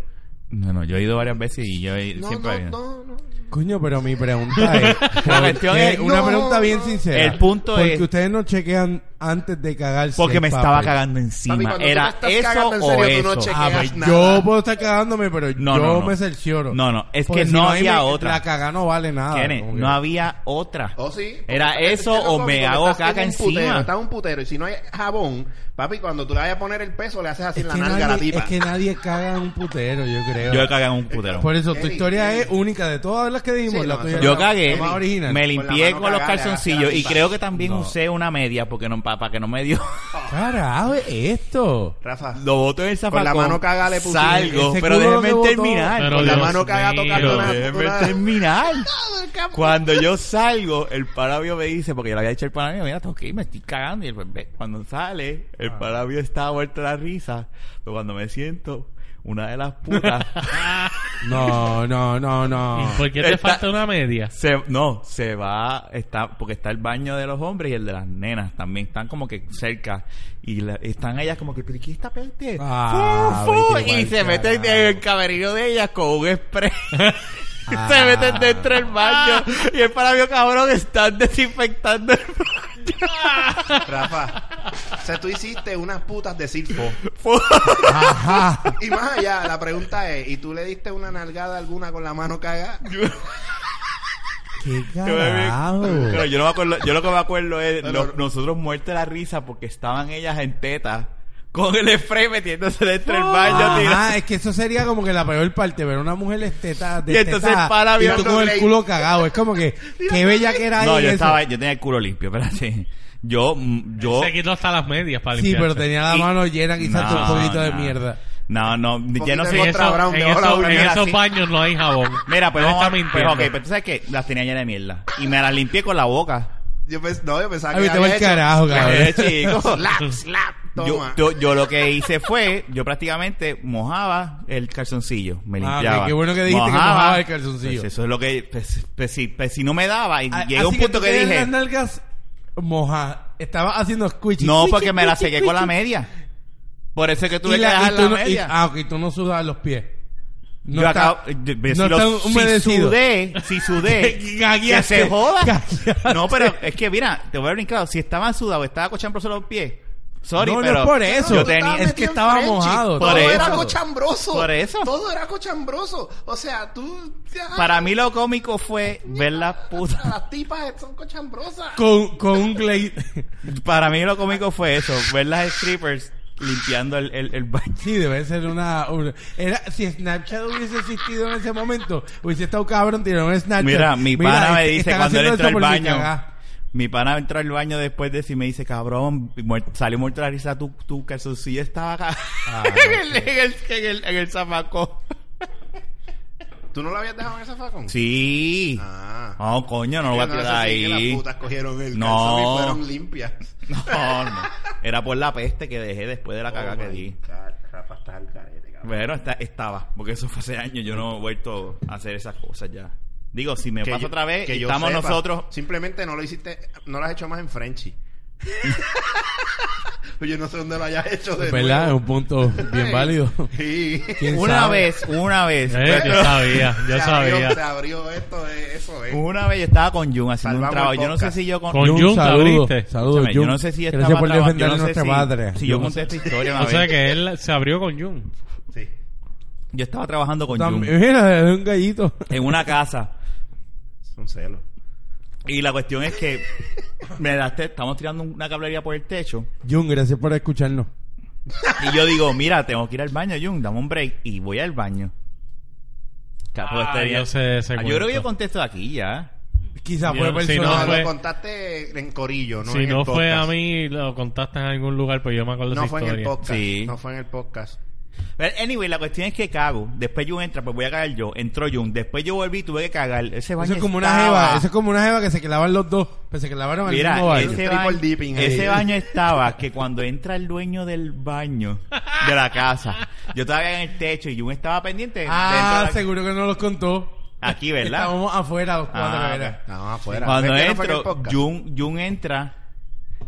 S1: No, no, yo he ido varias veces y yo he-
S3: No,
S1: siempre
S3: no,
S1: había.
S3: no, no.
S5: Coño, pero mi pregunta es...
S1: La
S5: ¿por
S1: cuestión
S5: qué?
S1: es-
S5: Una
S3: no,
S5: pregunta bien
S3: no.
S5: sincera.
S1: El punto
S5: porque
S1: es-
S5: ustedes no chequean antes de cagarse
S1: Porque
S5: el
S1: me estaba
S5: papel.
S1: cagando
S3: Papi,
S1: encima.
S3: cuando tú te
S1: Era
S3: estás
S1: eso
S3: cagando en
S1: o
S3: serio, tú no
S1: eso.
S3: checas.
S5: Ah,
S3: hagas
S5: pues
S3: nada.
S5: yo puedo estar cagándome, pero
S1: No,
S5: yo
S1: no, no.
S5: me cercioro.
S1: No, no, es
S5: Porque
S1: que
S5: si
S1: no
S5: ahí me-
S1: había otra.
S5: La caga no vale nada.
S1: Kenneth,
S5: Como que-
S1: no había otra.
S3: Ah, Oh, sí.
S1: Era
S3: Porque
S1: eso
S3: es que
S1: o
S3: no,
S1: me
S3: cuando
S1: hago
S3: estás en
S1: caca
S3: un Putero,
S1: encima.
S3: estás en un putero y si no hay jabón, papi, cuando tú le vayas a poner el peso le haces así
S5: Es
S3: en la
S5: que
S3: nalga a la
S5: nadie-
S3: tipa.
S5: es que nadie caga en un putero, yo creo.
S1: Yo he cagado en un putero.
S5: Por eso, tu
S3: Kenny,
S5: historia
S3: Kenny.
S5: es única de todas las que dimos.
S3: Sí,
S5: la
S3: no,
S5: tuya
S1: Yo
S5: es la-
S1: cagué,
S5: la más original.
S1: me
S3: Con la
S1: limpié
S3: mano
S1: con los
S3: cagada,
S1: calzoncillos
S3: la
S1: y
S3: tipa.
S1: creo que también
S5: No.
S1: usé una media porque no, para que no me dio.
S5: Carajo, esto.
S3: Rafa,
S1: Lo boto en el
S3: la
S1: zapacón.
S3: mano cagada le puse.
S1: Salgo,
S5: Ese
S1: pero
S5: culo
S1: déjenme
S5: lo que botó.
S1: terminar.
S2: Pero
S3: con la
S2: Dios
S3: mano cagada
S2: mío.
S3: tocando una-
S1: Déjenme
S3: una-
S1: terminar. Cuando yo salgo, el parabio me dice, porque yo le había dicho al parabio, mira, tengo que ir, me estoy cagando. Y el- ve, cuando sale, el
S2: Ah.
S1: parabio estaba vuelto a la risa. Pero cuando me siento, una de las putas
S5: No, no, no, no.
S2: ¿Y por qué te
S1: Está-
S2: falta una media?
S1: se, no, se va, está, porque está el baño de los hombres y el de las nenas también, están como que cerca. Y la- están ellas como que, pero ¿y ¿qué está peste?
S5: Ah,
S1: Fu, fu,
S5: vete
S1: y
S5: pa'l
S1: se meten
S5: carajo.
S1: en el camerino de ellas con un spray.
S5: Ah.
S1: se meten dentro del baño y el parabio cabrón están desinfectando el baño.
S3: Rafa, o sea, tú hiciste unas putas de silfo.
S1: Fu.
S5: Ajá.
S3: Y más allá, la pregunta es, ¿y tú le diste una nalgada alguna con la mano cagada?
S5: ¿Qué
S1: Yo me vi-
S5: carajo?
S1: Pero yo, no me acuerdo, yo lo que me acuerdo es
S3: Pero-
S1: los- nosotros muertos de la risa porque estaban ellas en teta con el spray metiéndose dentro del
S5: Ah,
S1: baño. tira-
S5: Ajá, es que eso sería como que la peor parte, ver una mujer esteta de
S1: Y entonces
S5: teta,
S1: para
S5: y tú
S1: viendo
S5: con el
S3: Blade.
S5: culo cagado, es como que qué bella que era
S1: No,
S5: ahí
S1: yo
S5: eso.
S1: estaba, yo tenía el culo limpio, espérate. Yo, mm, yo.
S2: Se quitó hasta las medias para
S5: Sí,
S2: limpiarse.
S5: pero tenía la
S1: Y-
S5: mano llena quizás de un
S1: No,
S5: poquito de
S1: no.
S5: mierda.
S1: No, no, ya no
S3: poquito
S1: sé.
S3: de
S2: En,
S1: eso-
S3: Contra
S2: eso-
S3: Brown,
S2: en
S3: de ahora
S2: eso-
S3: Brown,
S2: en
S1: mira,
S2: esos
S1: sí.
S2: baños no hay jabón.
S1: Mira, pues vamos a...
S2: Honestamente.
S1: Pues, ok, pero tú sabes que las tenía llenas de mierda. Y me las limpié con la boca.
S3: Yo pens- no, yo pensaba
S5: Ay,
S3: que
S5: te va el carajo, cabrón.
S1: Eh, chico.
S3: Slap, slap.
S1: Yo,
S3: Toma.
S1: yo, yo lo que hice fue, yo prácticamente mojaba el calzoncillo, me
S5: Ah, ok,
S1: limpiaba.
S5: qué bueno que dijiste que mojaba el calzoncillo.
S1: Pues eso es lo que, pues, pues, si, pues, si no me daba, y
S5: A-
S1: llegó
S5: Ah, así
S1: un punto
S5: tú
S1: que,
S5: tenías
S1: dije,
S5: las nalgas mojadas, estaba haciendo squishy.
S1: no,
S5: squishy,
S1: porque me la
S5: squishy,
S1: sequé con la
S5: squishy.
S1: media. Por eso es que tuve
S5: Y
S1: que
S5: la- y
S1: dejar
S5: tú
S1: la
S5: no- y-
S1: media.
S5: ah, ok, tú no sudabas los pies. No
S1: yo
S5: está-
S1: acabo, yo- si,
S5: no
S1: lo-
S5: está
S1: si
S5: humedecido.
S1: sudé, si sudé, que
S5: Gagueaste,
S1: se joda.
S5: gagueaste.
S1: No, pero es que mira, te voy a brincar. Si estaba sudado, estaba cochambroso los pies. Sorry,
S5: No, no
S1: pero
S5: es por eso.
S1: Yo
S5: Tú estabas
S1: tenía,
S5: es que estaba mojado,
S1: por
S3: Todo era
S1: eso.
S3: cochambroso.
S1: Por eso.
S3: Todo era cochambroso. O sea, tú. ya,
S1: Para mí lo cómico fue ver la puta.
S3: Las tipas son cochambrosas.
S5: con, con un glaze.
S1: Para mí lo cómico fue eso, ver las strippers limpiando el, el, el baño.
S5: Sí, debe ser una, una- era si Snapchat hubiese existido en ese momento, hubiese estado cabrón tirando un Snapchat.
S1: Mira, mi pana me
S5: este-
S1: dice
S5: están
S1: cuando él
S5: haciendo
S1: entró al
S5: esto por mi
S1: baño.
S5: cagá.
S1: Mi pana entró al baño después de eso y me dice, cabrón, muer- salió muerto la risa, tu, tu calzoncillo estaba acá.
S5: Ah,
S1: en, el, en, el, en, el, en el zamaco.
S3: ¿Tú no la habías dejado en ese facón?
S1: Sí.
S3: Ah.
S1: No, coño, no lo voy a
S3: Yo no
S1: tirar
S3: sé si es que
S1: ahí.
S3: Las putas cogieron el
S1: No.
S3: calzón y fueron limpias.
S1: No, no. Era por la peste que dejé después de la cagada que
S3: Oh my
S1: di.
S3: God, Rafa está al carete, cabrón.
S1: Bueno, esta- estaba, porque eso fue hace años. Yo no he vuelto a hacer esas cosas ya. Digo, si me
S3: Que
S1: pasa
S3: yo-
S1: otra vez,
S3: que
S1: y
S3: yo
S1: estamos
S3: sepa,
S1: nosotros.
S3: Simplemente no lo hiciste, no lo has hecho más en Frenchy. yo no sé dónde lo hayas hecho de
S5: Pues, ¿Verdad? Es
S3: nuevo.
S5: un punto bien válido.
S3: Sí.
S5: ¿Quién
S1: Una
S5: sabe?
S1: vez, una vez,
S2: Eh, yo sabía, Uh. yo
S3: Se abrió- se
S2: sabía.
S3: abrió esto, eh, eso es.
S1: una vez yo estaba con Jun haciendo
S3: Salvamos
S1: un trabajo.
S3: el
S1: Yo no sé
S3: podcast.
S1: si yo con.
S2: Con-
S5: Jun,
S2: Jun,
S5: saludos.
S2: ¿te abriste?
S5: Saludos,
S1: Escúchame, yo
S5: Jun.
S1: no sé si estaba
S5: Gracias por
S1: traba-
S5: defender
S1: yo
S5: a
S1: no sé
S5: nuestra
S1: si-
S5: madre.
S1: Si yo
S5: Jun.
S1: conté esta historia una
S2: O sea
S1: vez.
S2: que él se abrió con Jun.
S3: Sí.
S1: Yo estaba trabajando con Jun
S5: También- Mira, es un gallito.
S1: en una casa.
S3: Es un celo.
S1: Y la cuestión es que me la te- estamos tirando una cablería por el techo.
S5: Jun, gracias por escucharnos.
S1: Y yo digo, mira, tengo que ir al baño, Jun, dame un break. Y voy al baño. Capo,
S2: Ah,
S1: este día-
S2: yo sé ese
S1: Ah, yo creo
S2: cuento.
S1: que yo contesto aquí ya.
S5: Quizá
S2: Yo-
S5: fue
S2: si
S5: personal.
S2: no
S3: No,
S2: fue-
S3: lo contaste en Corillo, no
S2: si
S3: en
S2: no
S3: el
S2: fue a
S3: podcast.
S2: mí, lo contaste en algún lugar, pues yo me acuerdo de
S3: No
S2: esa
S3: fue en el
S2: historia.
S3: podcast.
S1: Sí.
S3: No fue en el podcast.
S1: Pero, anyway, la cuestión es que cago. Después Jun entra, pues voy a cagar yo. Entró Jun. Después yo volví y tuve que cagar. Ese baño
S5: Eso es como una
S1: estaba-
S5: jeva, eso es como una jeva que se clavan los dos, pues se clavaron al
S1: Mira, este,
S5: mismo baño.
S1: ese,
S3: Triple
S1: baño,
S3: dipping ahí.
S1: ese baño estaba que cuando entra el dueño del baño de la casa, yo estaba en el techo y Jun estaba pendiente.
S5: Ah,
S1: dentro de la-
S5: seguro que no los contó.
S1: Aquí, ¿verdad?
S5: Estábamos afuera los cuatro,
S1: Ah,
S5: era.
S3: No, afuera.
S1: Cuando
S3: ¿Ves que no fue en el
S1: entro,
S3: podcast?
S1: Jun, Jun entra.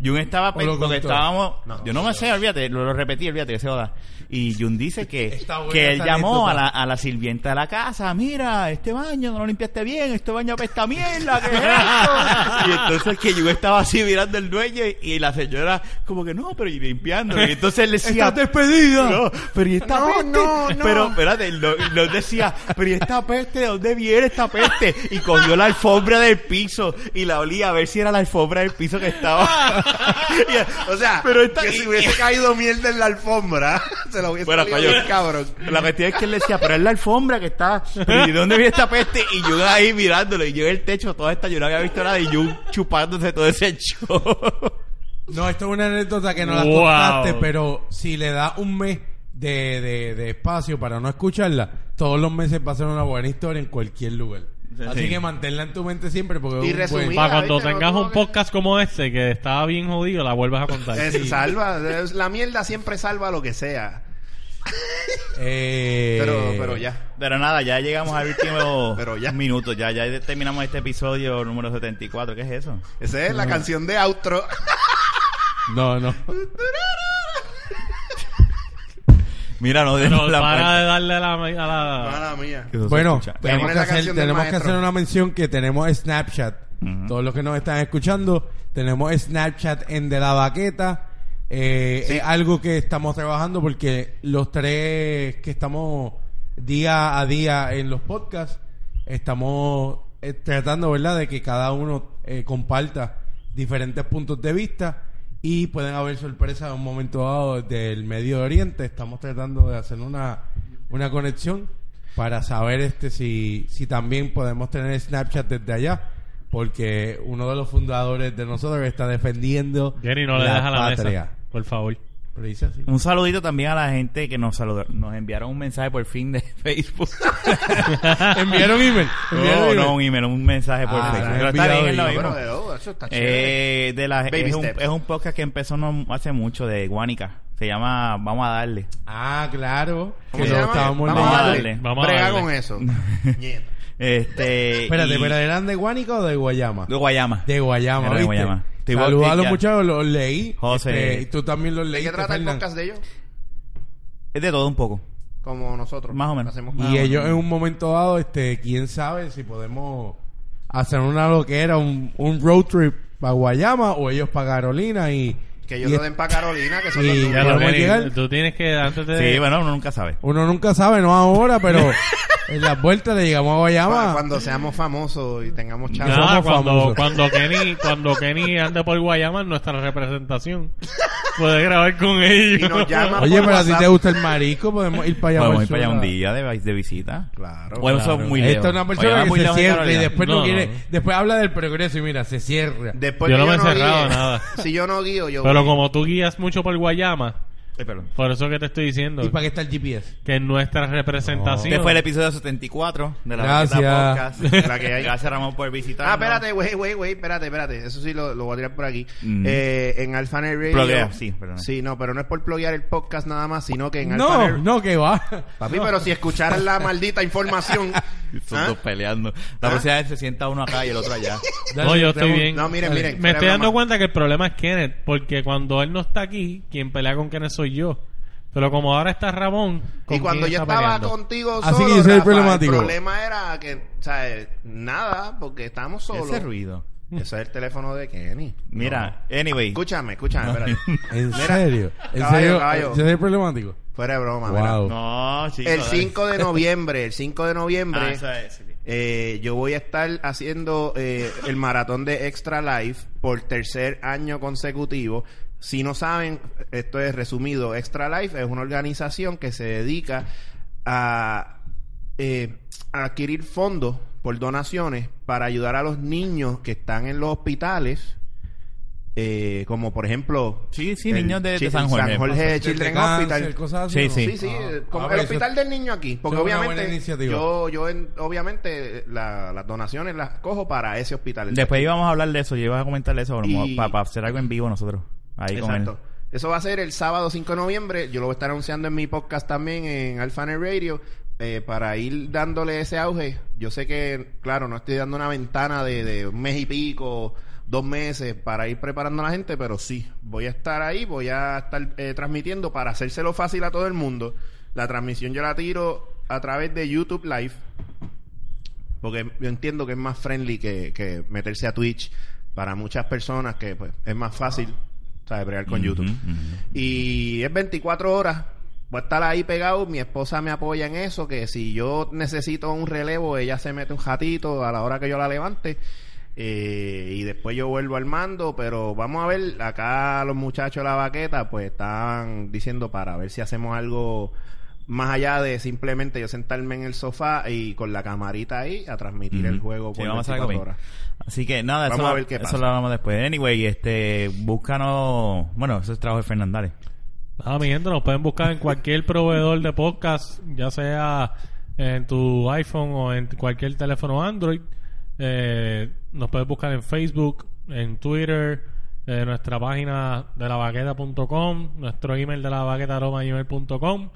S1: Jun estaba
S5: O lo
S1: pe- porque
S5: contó.
S1: estábamos.
S3: No,
S1: yo no me sé, olvídate, lo, lo repetí, olvídate que se joda. Y Jun dice que,
S5: Está buena
S1: que él
S5: esa
S1: llamó
S5: anécdota.
S1: a la, a la sirvienta de la casa: Mira, este baño no lo limpiaste bien, este baño apesta a mierda, ¿qué es esto?". Y entonces que Jun estaba así mirando el dueño y- y la señora, como que no, pero y limpiando. Y entonces él decía:
S5: ¡Estás despedida!
S1: no, pero ¿y esta
S3: No,
S1: peste?
S3: no, no.
S1: Pero, espérate, él no- él nos decía, pero ¿y esta peste? ¿De dónde viene esta peste? Y cogió la alfombra del piso y la olía a ver si era la alfombra del piso que estaba. Y-
S3: O sea,
S1: Pero esta-
S3: que si hubiese caído mierda en la alfombra, se lo hubiese
S1: Bueno,
S3: salido
S1: coño.
S3: bien cabrón.
S1: la cuestión es que él decía, pero es la alfombra que está. Pero ¿y de dónde viene esta peste? Y yo ahí mirándolo, y yo en el techo, toda esta, yo no había visto nada, y yo chupándose todo ese show.
S5: No, esto es una anécdota que no la
S2: Wow.
S5: contaste, pero si le das un mes de, de, de espacio para no escucharla, todos los meses va a ser una buena historia en cualquier lugar.
S1: Sí.
S5: Así que manténla en tu mente siempre porque
S3: Y
S5: es un buen-
S3: resumir.
S2: Para
S3: Mira,
S2: cuando
S3: viste, no
S2: tengas
S3: tuvo
S2: un
S3: que-
S2: podcast como este, que estaba bien jodido, la vuelvas a contar.
S3: Es- salva, es- la mierda siempre salva lo que sea.
S5: Eh,
S3: Pero, pero ya.
S1: Pero nada, ya llegamos al último
S3: Pero ya.
S1: minuto, ya, ya terminamos este episodio número 74, ¿qué es eso?
S3: Esa es la canción de outro.
S5: No, no.
S1: Mira, no
S2: Pero
S1: demos la puerta.
S2: para de darle a la... a la-
S3: Mala mía.
S1: Que eso se
S5: Bueno, pues,
S1: escucha.
S5: tenemos,
S3: Poner
S5: que
S3: la
S5: hacer,
S3: canción del
S5: tenemos que
S3: maestro.
S5: hacer una mención que tenemos Snapchat.
S1: Ujú.
S5: Todos los que nos están escuchando, tenemos Snapchat en De La Baqueta. Eh, Es algo que estamos trabajando porque los tres que estamos día a día en los podcasts, estamos eh, tratando, ¿verdad?, de que cada uno eh, comparta diferentes puntos de vista y pueden haber sorpresas en un momento dado desde el Medio Oriente. Estamos tratando de hacer una, una conexión para saber este si, si también podemos tener Snapchat desde allá. Porque uno de los fundadores de nosotros está defendiendo
S2: Jenny, no le
S5: la
S2: deja la
S5: patria.
S2: mesa. Por favor.
S5: Pero dice así.
S1: Un saludito también a la gente que nos saludó. Nos enviaron un mensaje por fin de Facebook.
S5: Enviaron email.
S1: no,
S5: Enviaron email.
S1: no, un email, un mensaje por
S5: Ah,
S1: Facebook.
S5: nos
S1: Pero está
S5: enviado
S1: bien, es lo
S5: email.
S1: mismo.
S3: Pero de- oh, eso está chévere.
S1: Eh, de la,
S3: Baby
S1: es, un,
S3: steps.
S1: es un podcast que empezó no hace mucho de Guánica. Se llama Vamos a darle.
S5: Ah, claro.
S3: ¿Cómo
S5: Que
S3: se
S5: lo
S3: llama?
S5: estábamos
S3: Vamos a
S5: leyendo.
S1: darle.
S3: darle.
S2: Vamos a
S3: Brega
S2: darle.
S3: con eso. Nieta.
S1: Este,
S5: Espérate,
S1: y-
S5: ¿pero eran de Guánica o de Guayama?
S1: De Guayama.
S5: De Guayama,
S1: Era de
S5: ¿viste?
S1: Guayama. Te voy a
S5: Saludos a los
S1: explicar.
S5: muchachos, los leí.
S1: José.
S5: Este, y tú también los
S3: ¿De
S5: leíste,
S3: qué trata el
S5: Fernan.
S3: podcast de ellos?
S1: Es de todo un poco.
S3: Como nosotros.
S1: Más o menos.
S3: Hacemos
S5: Y ellos en un momento dado, este, quién sabe si podemos hacer una loquera, un, un road trip para Guayama o ellos para Carolina y...
S3: Que ellos
S5: y
S3: lo
S5: es-
S3: den para Carolina, que son
S5: Y-
S3: los
S5: Ya
S2: Ya
S3: números.
S5: lo
S2: lo
S5: vamos a llegar.
S2: Tú tienes que, antes de...
S1: Sí, bueno, uno nunca sabe.
S5: Uno nunca sabe, no ahora, pero en las vueltas le llegamos
S3: Cuando,
S5: a Guayama.
S3: cuando seamos famosos y tengamos
S2: Ya,
S3: chavos.
S5: No. somos
S2: cuando,
S5: famosos.
S2: cuando Kenny cuando Kenny anda por Guayama en nuestra representación puede grabar con ellos
S3: Y nos llama.
S5: Oye,
S3: por
S5: pero si
S3: WhatsApp.
S5: te gusta el marico, podemos ir para allá.
S1: Vamos a
S5: por
S1: ir para allá
S5: Sula.
S1: un día de, de visita.
S3: Claro.
S1: Bueno, eso
S5: Claro.
S1: es muy lejos.
S5: Esta es una persona
S1: Guayama es muy
S5: que se
S1: lejos de
S5: cierra y
S1: Carolina.
S5: después no,
S2: No,
S5: quiere...
S2: no.
S5: Después habla del progreso y mira, se cierra.
S3: Después
S2: Yo
S3: que
S2: no me he encerrado
S3: guíe-
S2: nada.
S3: Si yo no guío, yo.
S2: pero
S3: voy.
S2: como tú guías mucho por Guayama
S1: Ay, perdón.
S2: por eso que te estoy diciendo
S5: ¿Y para qué está el GPS?
S2: que en nuestra representación
S1: Este fue el episodio 74 de la
S5: Gracias.
S1: Banqueta Podcast.
S3: La que hay.
S1: Gracias, Ramón, por visitar.
S3: Ah, espérate, güey, güey, güey, espérate, espérate. Eso sí lo, lo voy a tirar por aquí.
S1: Mm.
S3: Eh, en Alphanet Radio.
S1: Pluguea, sí, perdón.
S3: Sí, no, pero no es por pluguear el podcast nada más, sino que en Alphanet
S5: No, no, que va.
S3: Papi, pero si escucharan la maldita información.
S1: Son
S3: ¿Ah?
S1: dos peleando. La
S3: ¿Ah?
S1: próxima vez se sienta uno acá y el otro allá.
S2: no yo estoy bien
S3: No, miren, miren.
S2: me
S3: fuera
S2: estoy dando
S3: broma.
S2: cuenta que el problema es Kenneth porque cuando él no está aquí quien pelea con Kenneth soy yo pero como ahora está Ramón ¿con
S3: Y cuando
S2: quién
S3: yo
S2: está
S3: estaba
S2: peleando?
S3: contigo
S5: Así
S3: solo,
S5: que yo soy el
S3: Rafa,
S5: problemático.
S3: el problema era que, o sea, eh, nada, porque estábamos solos.
S1: Ese ruido.
S3: Ese es el teléfono de Kenny.
S1: Mira, anyway.
S3: Escúchame, escúchame, espérate.
S5: ¿En
S3: Mira,
S5: serio? ¿En
S3: caballo,
S5: serio?
S3: caballo.
S5: ¿Yo soy problemático?
S3: Fuera de broma, mira.
S5: Wow.
S1: No, chicos.
S3: El 5 de noviembre, el 5 de noviembre,
S1: Ah, esa es, sí.
S3: eh, yo voy a estar haciendo eh, el maratón de Extra Life por tercer año consecutivo. Si no saben, esto es resumido, Extra Life es una organización que se dedica a, eh, a adquirir fondos por donaciones para ayudar a los niños que están en los hospitales. eh, como por ejemplo
S1: Sí, sí,
S3: el
S1: niños de- de
S3: Chi-
S1: San Jorge.
S5: Pacientes de
S3: Children's
S5: cáncer,
S3: Hospital
S5: cosas así,
S1: Sí,
S5: ¿no?
S3: Sí, sí,
S5: Ah.
S3: eh, como
S5: Ah,
S3: el
S5: pero
S3: hospital
S5: eso-
S3: del niño aquí, porque
S5: eso es una buena
S3: obviamente
S5: iniciativa.
S3: yo yo en- obviamente eh, la- las donaciones las cojo para ese hospital.
S1: Después íbamos a hablar de eso. Yo iba a comentarle eso
S3: Y-
S1: para hacer algo en vivo nosotros. Ahí con
S3: Exacto.
S1: él.
S3: Eso va a ser el sábado 5 de noviembre, yo lo voy a estar anunciando en mi podcast también en Alphanet Radio eh, para ir dándole ese auge. Yo sé que claro, no estoy dando una ventana de, de un mes y pico, dos meses para ir preparando a la gente, pero sí, voy a estar ahí, voy a estar eh, transmitiendo para hacérselo fácil a todo el mundo. La transmisión yo la tiro a través de YouTube Live. Porque yo entiendo que es más friendly que, que meterse a Twitch para muchas personas que pues, es más fácil ¿sabes? bregar con YouTube.
S1: Ujú, ujú.
S3: Y es 24 horas. Voy a estar ahí pegado. Mi esposa me apoya en eso. Que si yo necesito un relevo, ella se mete un ratito a la hora que yo la levante. Eh, y después yo vuelvo al mando. Pero vamos a ver. Acá los muchachos de la baqueta, pues estaban diciendo para ver si hacemos algo más allá de simplemente yo sentarme en el sofá y con la camarita ahí a transmitir el
S1: Ujú.
S3: juego
S1: Sí,
S3: por
S1: vamos a hacer algo
S3: 24
S1: bien.
S3: horas.
S1: Así que nada,
S3: Vamos
S1: eso,
S3: a
S1: lo-
S3: ver qué
S1: eso
S3: pasa.
S1: lo hablamos después. Anyway, este, búscanos. Bueno, eso es trabajo de Fernandales.
S2: Ah, mi gente, nos pueden buscar en cualquier proveedor de podcast, ya sea en tu iPhone o en cualquier teléfono Android. Eh, nos puedes buscar en Facebook, en Twitter, en nuestra página de lavaqueta.com, nuestro email de lavaqueta.com.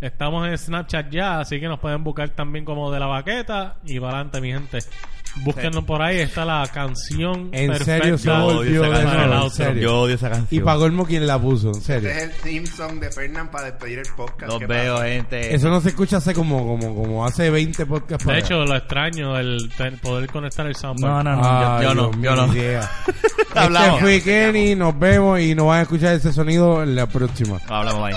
S2: Estamos en Snapchat ya, así que nos pueden buscar también como de la vaqueta y para adelante, mi gente. Búsquenos por ahí, está la canción
S5: En
S2: perfecta.
S5: serio, se
S1: Yo
S5: Volvió
S1: odio esa
S5: de
S1: canción.
S5: nuevo, en serio.
S1: Yo odio esa canción.
S5: Y para colmo, ¿quién la puso? En serio.
S3: Este es el theme song de Fernán para despedir el podcast.
S1: Los
S3: ¿Qué
S1: veo,
S3: pasa?
S1: gente.
S5: Eso no se escucha hace como, como, como hace 20 podcasts.
S2: De
S5: para
S2: hecho, lo extraño, el, el poder conectar el soundboard.
S1: No, no, no. yo,
S5: acá.
S1: yo
S5: Ay,
S1: no,
S5: Dios
S1: yo
S5: mío,
S1: no.
S5: idea.
S1: Hablamos.
S5: Este fue Kenny, nos vemos y nos van a escuchar ese sonido en la próxima.
S1: Hablamos ahí.